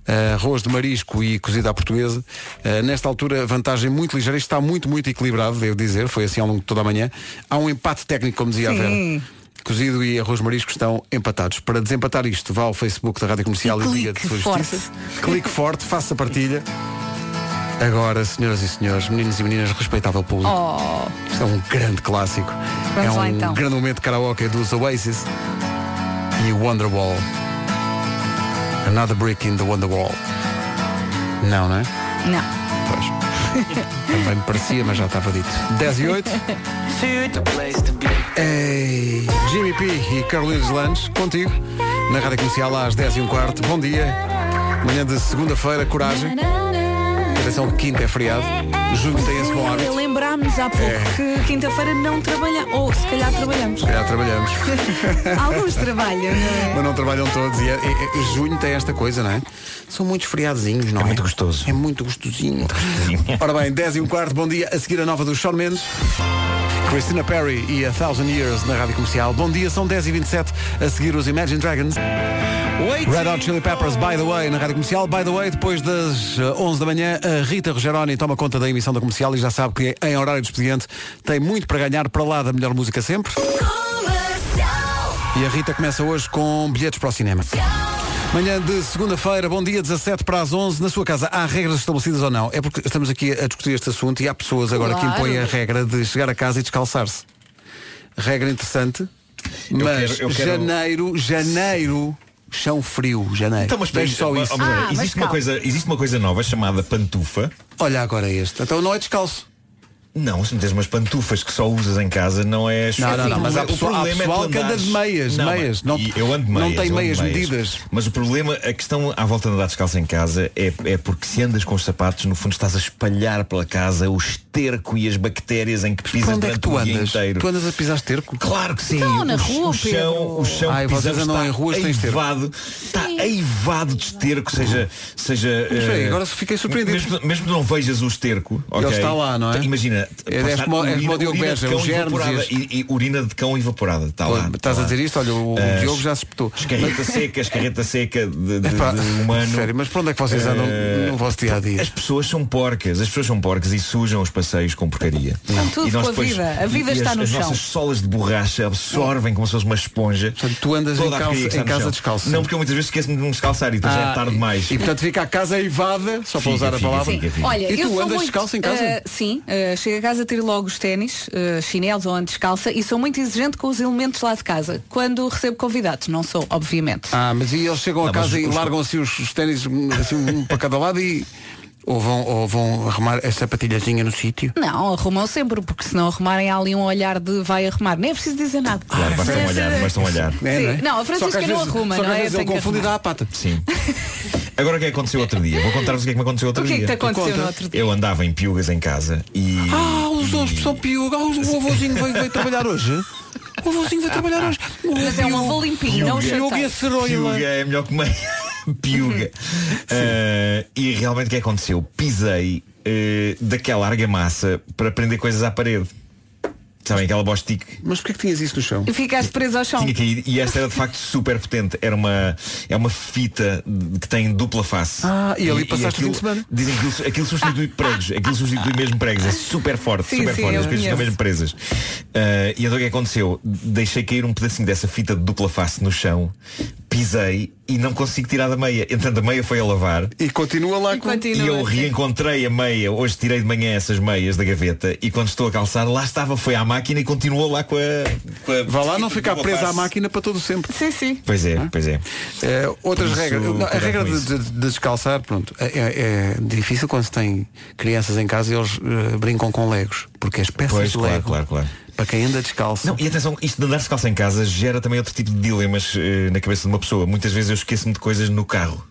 Ah, arroz de marisco e cozida à portuguesa. Ah, nesta altura, vantagem muito ligeira. Isto está muito, muito equilibrado, devo dizer. Foi assim ao longo de toda a manhã. Há um empate técnico, como dizia a Vera.
Sim.
Cozido e arroz marisco estão empatados. Para desempatar isto, vá ao Facebook da Rádio Comercial e, diga de sua justiça. Clique forte, faça a partilha. Agora, senhoras e senhores, meninos e meninas, respeitável público.
Oh.
Isto é um grande clássico.
Vamos
é um
lá, então.
grande momento de karaoke dos Oasis e Wonderwall. Another brick in the Wonderwall. Não, não é?
Não.
Também me parecia, mas já estava dito. 10 e 8. Ei, Jimmy P e Carlinhos Lange, contigo, na Rádio Comercial às 10 e um quarto. Bom dia. Manhã de segunda-feira, coragem. Atenção que quinta é feriado. Julho tem esse bom hábito.
Lembrámos há pouco
É.
que quinta-feira não trabalhamos. Ou se calhar trabalhamos.
Já trabalhamos.
Alguns trabalham, não é?
Mas não trabalham todos. E é- é- é- junho tem esta coisa, não é? São muitos feriadozinhos, não é? É muito
gostoso.
É muito gostosinho. Ora bem, 10 e um quarto, bom dia. A seguir a nova do Shawn Mendes. Christina Perry e A Thousand Years na Rádio Comercial. Bom dia, são 10 e 27 A seguir os Imagine Dragons. Red Hot Chili Peppers, by the way, na Rádio Comercial. By the way, depois das eh, 11 da manhã, a Rita Rogeroni toma conta da emissão da Comercial e já sabe que em horário de expediente tem muito para ganhar para lá da melhor música sempre. E a Rita começa hoje com bilhetes para o cinema. Manhã de segunda-feira, bom dia, 17 para as 11. Na sua casa, há regras estabelecidas ou não? É porque estamos aqui a discutir este assunto e há pessoas agora
Claro.
que impõem a regra de chegar a casa e descalçar-se. Regra interessante, mas
quero- eu quero-
janeiro, janeiro, chão frio, janeiro.
Então, mas espera,
Vejo só
ó,
isso.
ó, Manuel, existe, uma coisa, existe uma coisa nova chamada pantufa.
Olha agora este. Então não é descalço.
Não, se meteres umas pantufas que só usas em casa, não é
Não, não, não, mas há
O
pessoa- há
problema é tu
pessoal que anda
andares-
de meias,
Não,
meias. Não-
e eu ando de
não
meias,
tem
eu ando de
meias medidas.
Mas o problema, a questão à volta de andar descalço em casa é, é porque se andas com os sapatos, no fundo estás a espalhar pela casa o esterco e as bactérias em que pisas
onde é
durante
que tu
o dia
andas?
inteiro.
Tu andas a pisar esterco?
Claro que sim.
Então, na
o,
rua,
o chão,
Pedro.
o chão
Ai,
que
vocês
pisamos
andam
está
em ruas sem esterco.
eivado, está eivado de esterco, seja... seja
Mas, espera aí,
eh,
agora fiquei surpreendido.
Mesmo, mesmo que não vejas o esterco,
Ele
ok?
está lá, não é?
Imagina,
É
pá,
como- é
urina-
como o Diogo
urina de
Beja,
cão
os germes e
evaporada.
as-
E- e urina de cão evaporada. Está lá. Eh,
Estás a dizer isto? Olha, o- o Diogo já se espetou.
Escarreta seca, escarreta seca de, de-
Epá,
de um Eh, humano.
sério, mas para onde é que vocês andam no vosso dia a dia?
As pessoas são porcas, as pessoas são porcas e sujam os passeios com porcaria.
Com tudo,
e nós
com a
depois-
vida. A vida
e- e
está
as,
no
as
chão.
nossas solas de borracha absorvem como se fosse uma esponja. Portanto,
tu andas em calça- em casa descalço.
Não, porque eu muitas vezes esqueço-me de me descalçar e então já
Ah,
é tarde demais.
E portanto fica a casa evada, só para
Fica,
usar a
fica,
palavra.
fica, fica.
Olha,
e
eu
tu
sou
andas
muito,
descalço em casa?
eh, sim, eh, chego a casa, tiro logo os ténis, eh, chinelos ou ando descalça e sou muito exigente com os elementos lá de casa. Quando recebo convidados, não sou, obviamente.
Ah, mas e eles chegam
Não,
a
mas
casa e
os-
largam assim os, os ténis um, assim, um para cada lado e. Ou vão, ou vão arrumar a sapatilhazinha no sítio?
Não, arrumam sempre, porque se não arrumarem há ali um olhar de vai arrumar. Nem é preciso dizer nada.
Claro, basta um olhar, basta um olhar.
Sim. Não, a Francisca
É, Só que às
não
vezes-
arruma,
só que
não
às
é?
vezes
Tem
ele
que
confunde e
arrumar.
dá a pata.
Sim. Agora o que é que aconteceu outro dia? Vou contar-vos o que é que me aconteceu outro
O que é
dia.
que te aconteceu Conta. no outro dia?
Eu andava em piugas em casa e.
Ah, os outros são piuga. Ah, O avôzinho veio, veio trabalhar hoje. O avôzinho veio trabalhar hoje.
Mas é um avô limpinho, não o
Piuga e a
chatão.
ceroila.
Piuga é melhor que uma piuga. Ah, e realmente o que aconteceu? Pisei ah, daquela argamassa para prender coisas à parede. Sabem aquela bostique?
Mas porquê que tinhas isso no chão?
E ficaste preso ao chão.
Tinha caído. E esta era de facto super potente. Era uma, é uma fita de- que tem dupla face.
Ah, e ali passaste o fim de semana.
Dizem que aquilo, aquilo substitui pregos. Aquilo substitui mesmo pregos. É super forte,
Sim,
super
sim,
forte.
eu
As coisas ficam
conheço.
mesmo presas. Ah, e então o que aconteceu? Deixei cair um pedacinho dessa fita de dupla face no chão, pisei e não consigo tirar da meia. Entretanto, a meia foi a lavar.
E continua lá com...
E eu reencontrei a meia, hoje tirei de manhã essas meias da gaveta e quando estou a calçar, lá estava, foi à máquina e continuou lá com a. Com a
Vá lá não ficar
dupla
presa à
face.
máquina para todo sempre.
Sim, sim.
Pois é, pois é.
outras
Isso,
regras. Não, a
cuidado
regra
com
de,
isso.
de- de descalçar, pronto, é- é, é difícil quando se tem crianças em casa e eles eh, brincam com legos, porque as peças
Pois,
de
claro,
lego,
claro, claro.
para quem anda descalço,
Não, e atenção, isto de andar descalço em casa gera também outro tipo de dilemas eh, na cabeça de uma pessoa. Muitas vezes eu esqueço-me de coisas no carro.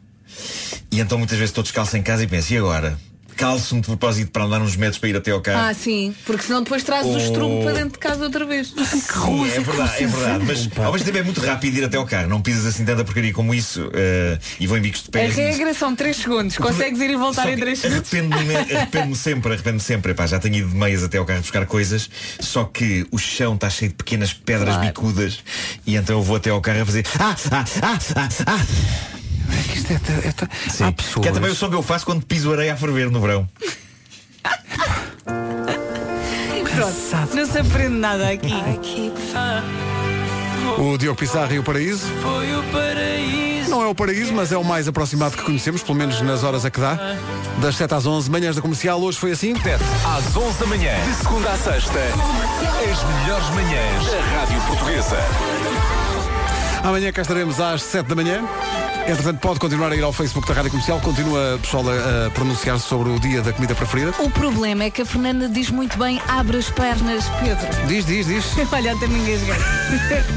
E então muitas vezes estou descalço em casa e penso, e agora? Calço-me de propósito para andar uns metros para ir até ao carro.
Ah, sim, porque senão depois trazes o estrumo para dentro de casa outra vez. Que
Sim, é verdade, é verdade, mas ao mesmo tempo é muito rápido ir até ao carro, não pisas assim tanta porcaria como isso eh, e vou em bicos de
A
pés.
regra são 3 segundos. Consegues ir e voltar em 3 segundos?
Arrependo-me arrependo sempre, arrependo-me sempre. Epá, já tenho ido de meias até ao carro buscar coisas, só que o chão está cheio de pequenas pedras
Claro.
bicudas e então eu vou até ao carro a fazer. Ah, ah, ah, ah, ah.
isto é, é,
Sim. Que é também o som que eu faço quando piso areia a ferver no verão.
Pronto, não se aprende nada aqui.
o Diogo Pissarra e o Paraíso.
Foi o paraíso.
Não é o paraíso, mas é o mais aproximado que conhecemos, pelo menos nas horas a que dá. Das 7 às 11, manhãs da comercial, hoje foi assim.
Às 11 da manhã, de segunda à sexta, as melhores manhãs da Rádio Portuguesa.
Amanhã cá estaremos às 7 da manhã. Entretanto, pode continuar a ir ao Facebook da Rádio Comercial. Continua, pessoal, a, a pronunciar-se sobre o dia da comida preferida.
O problema é que a Fernanda diz muito bem abre as pernas, Pedro.
Diz, diz, diz.
Olha, até me engasguei.